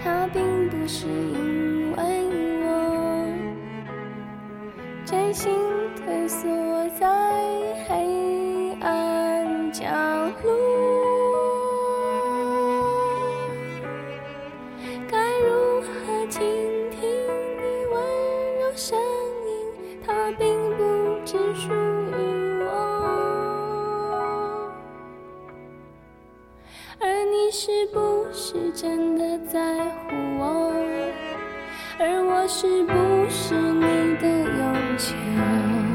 它并不是因为我真心退缩在黑暗角落。该如何倾听你温柔声音？它并不只属于我。而你是不是真的在乎我？而我是不是你的永久？嗯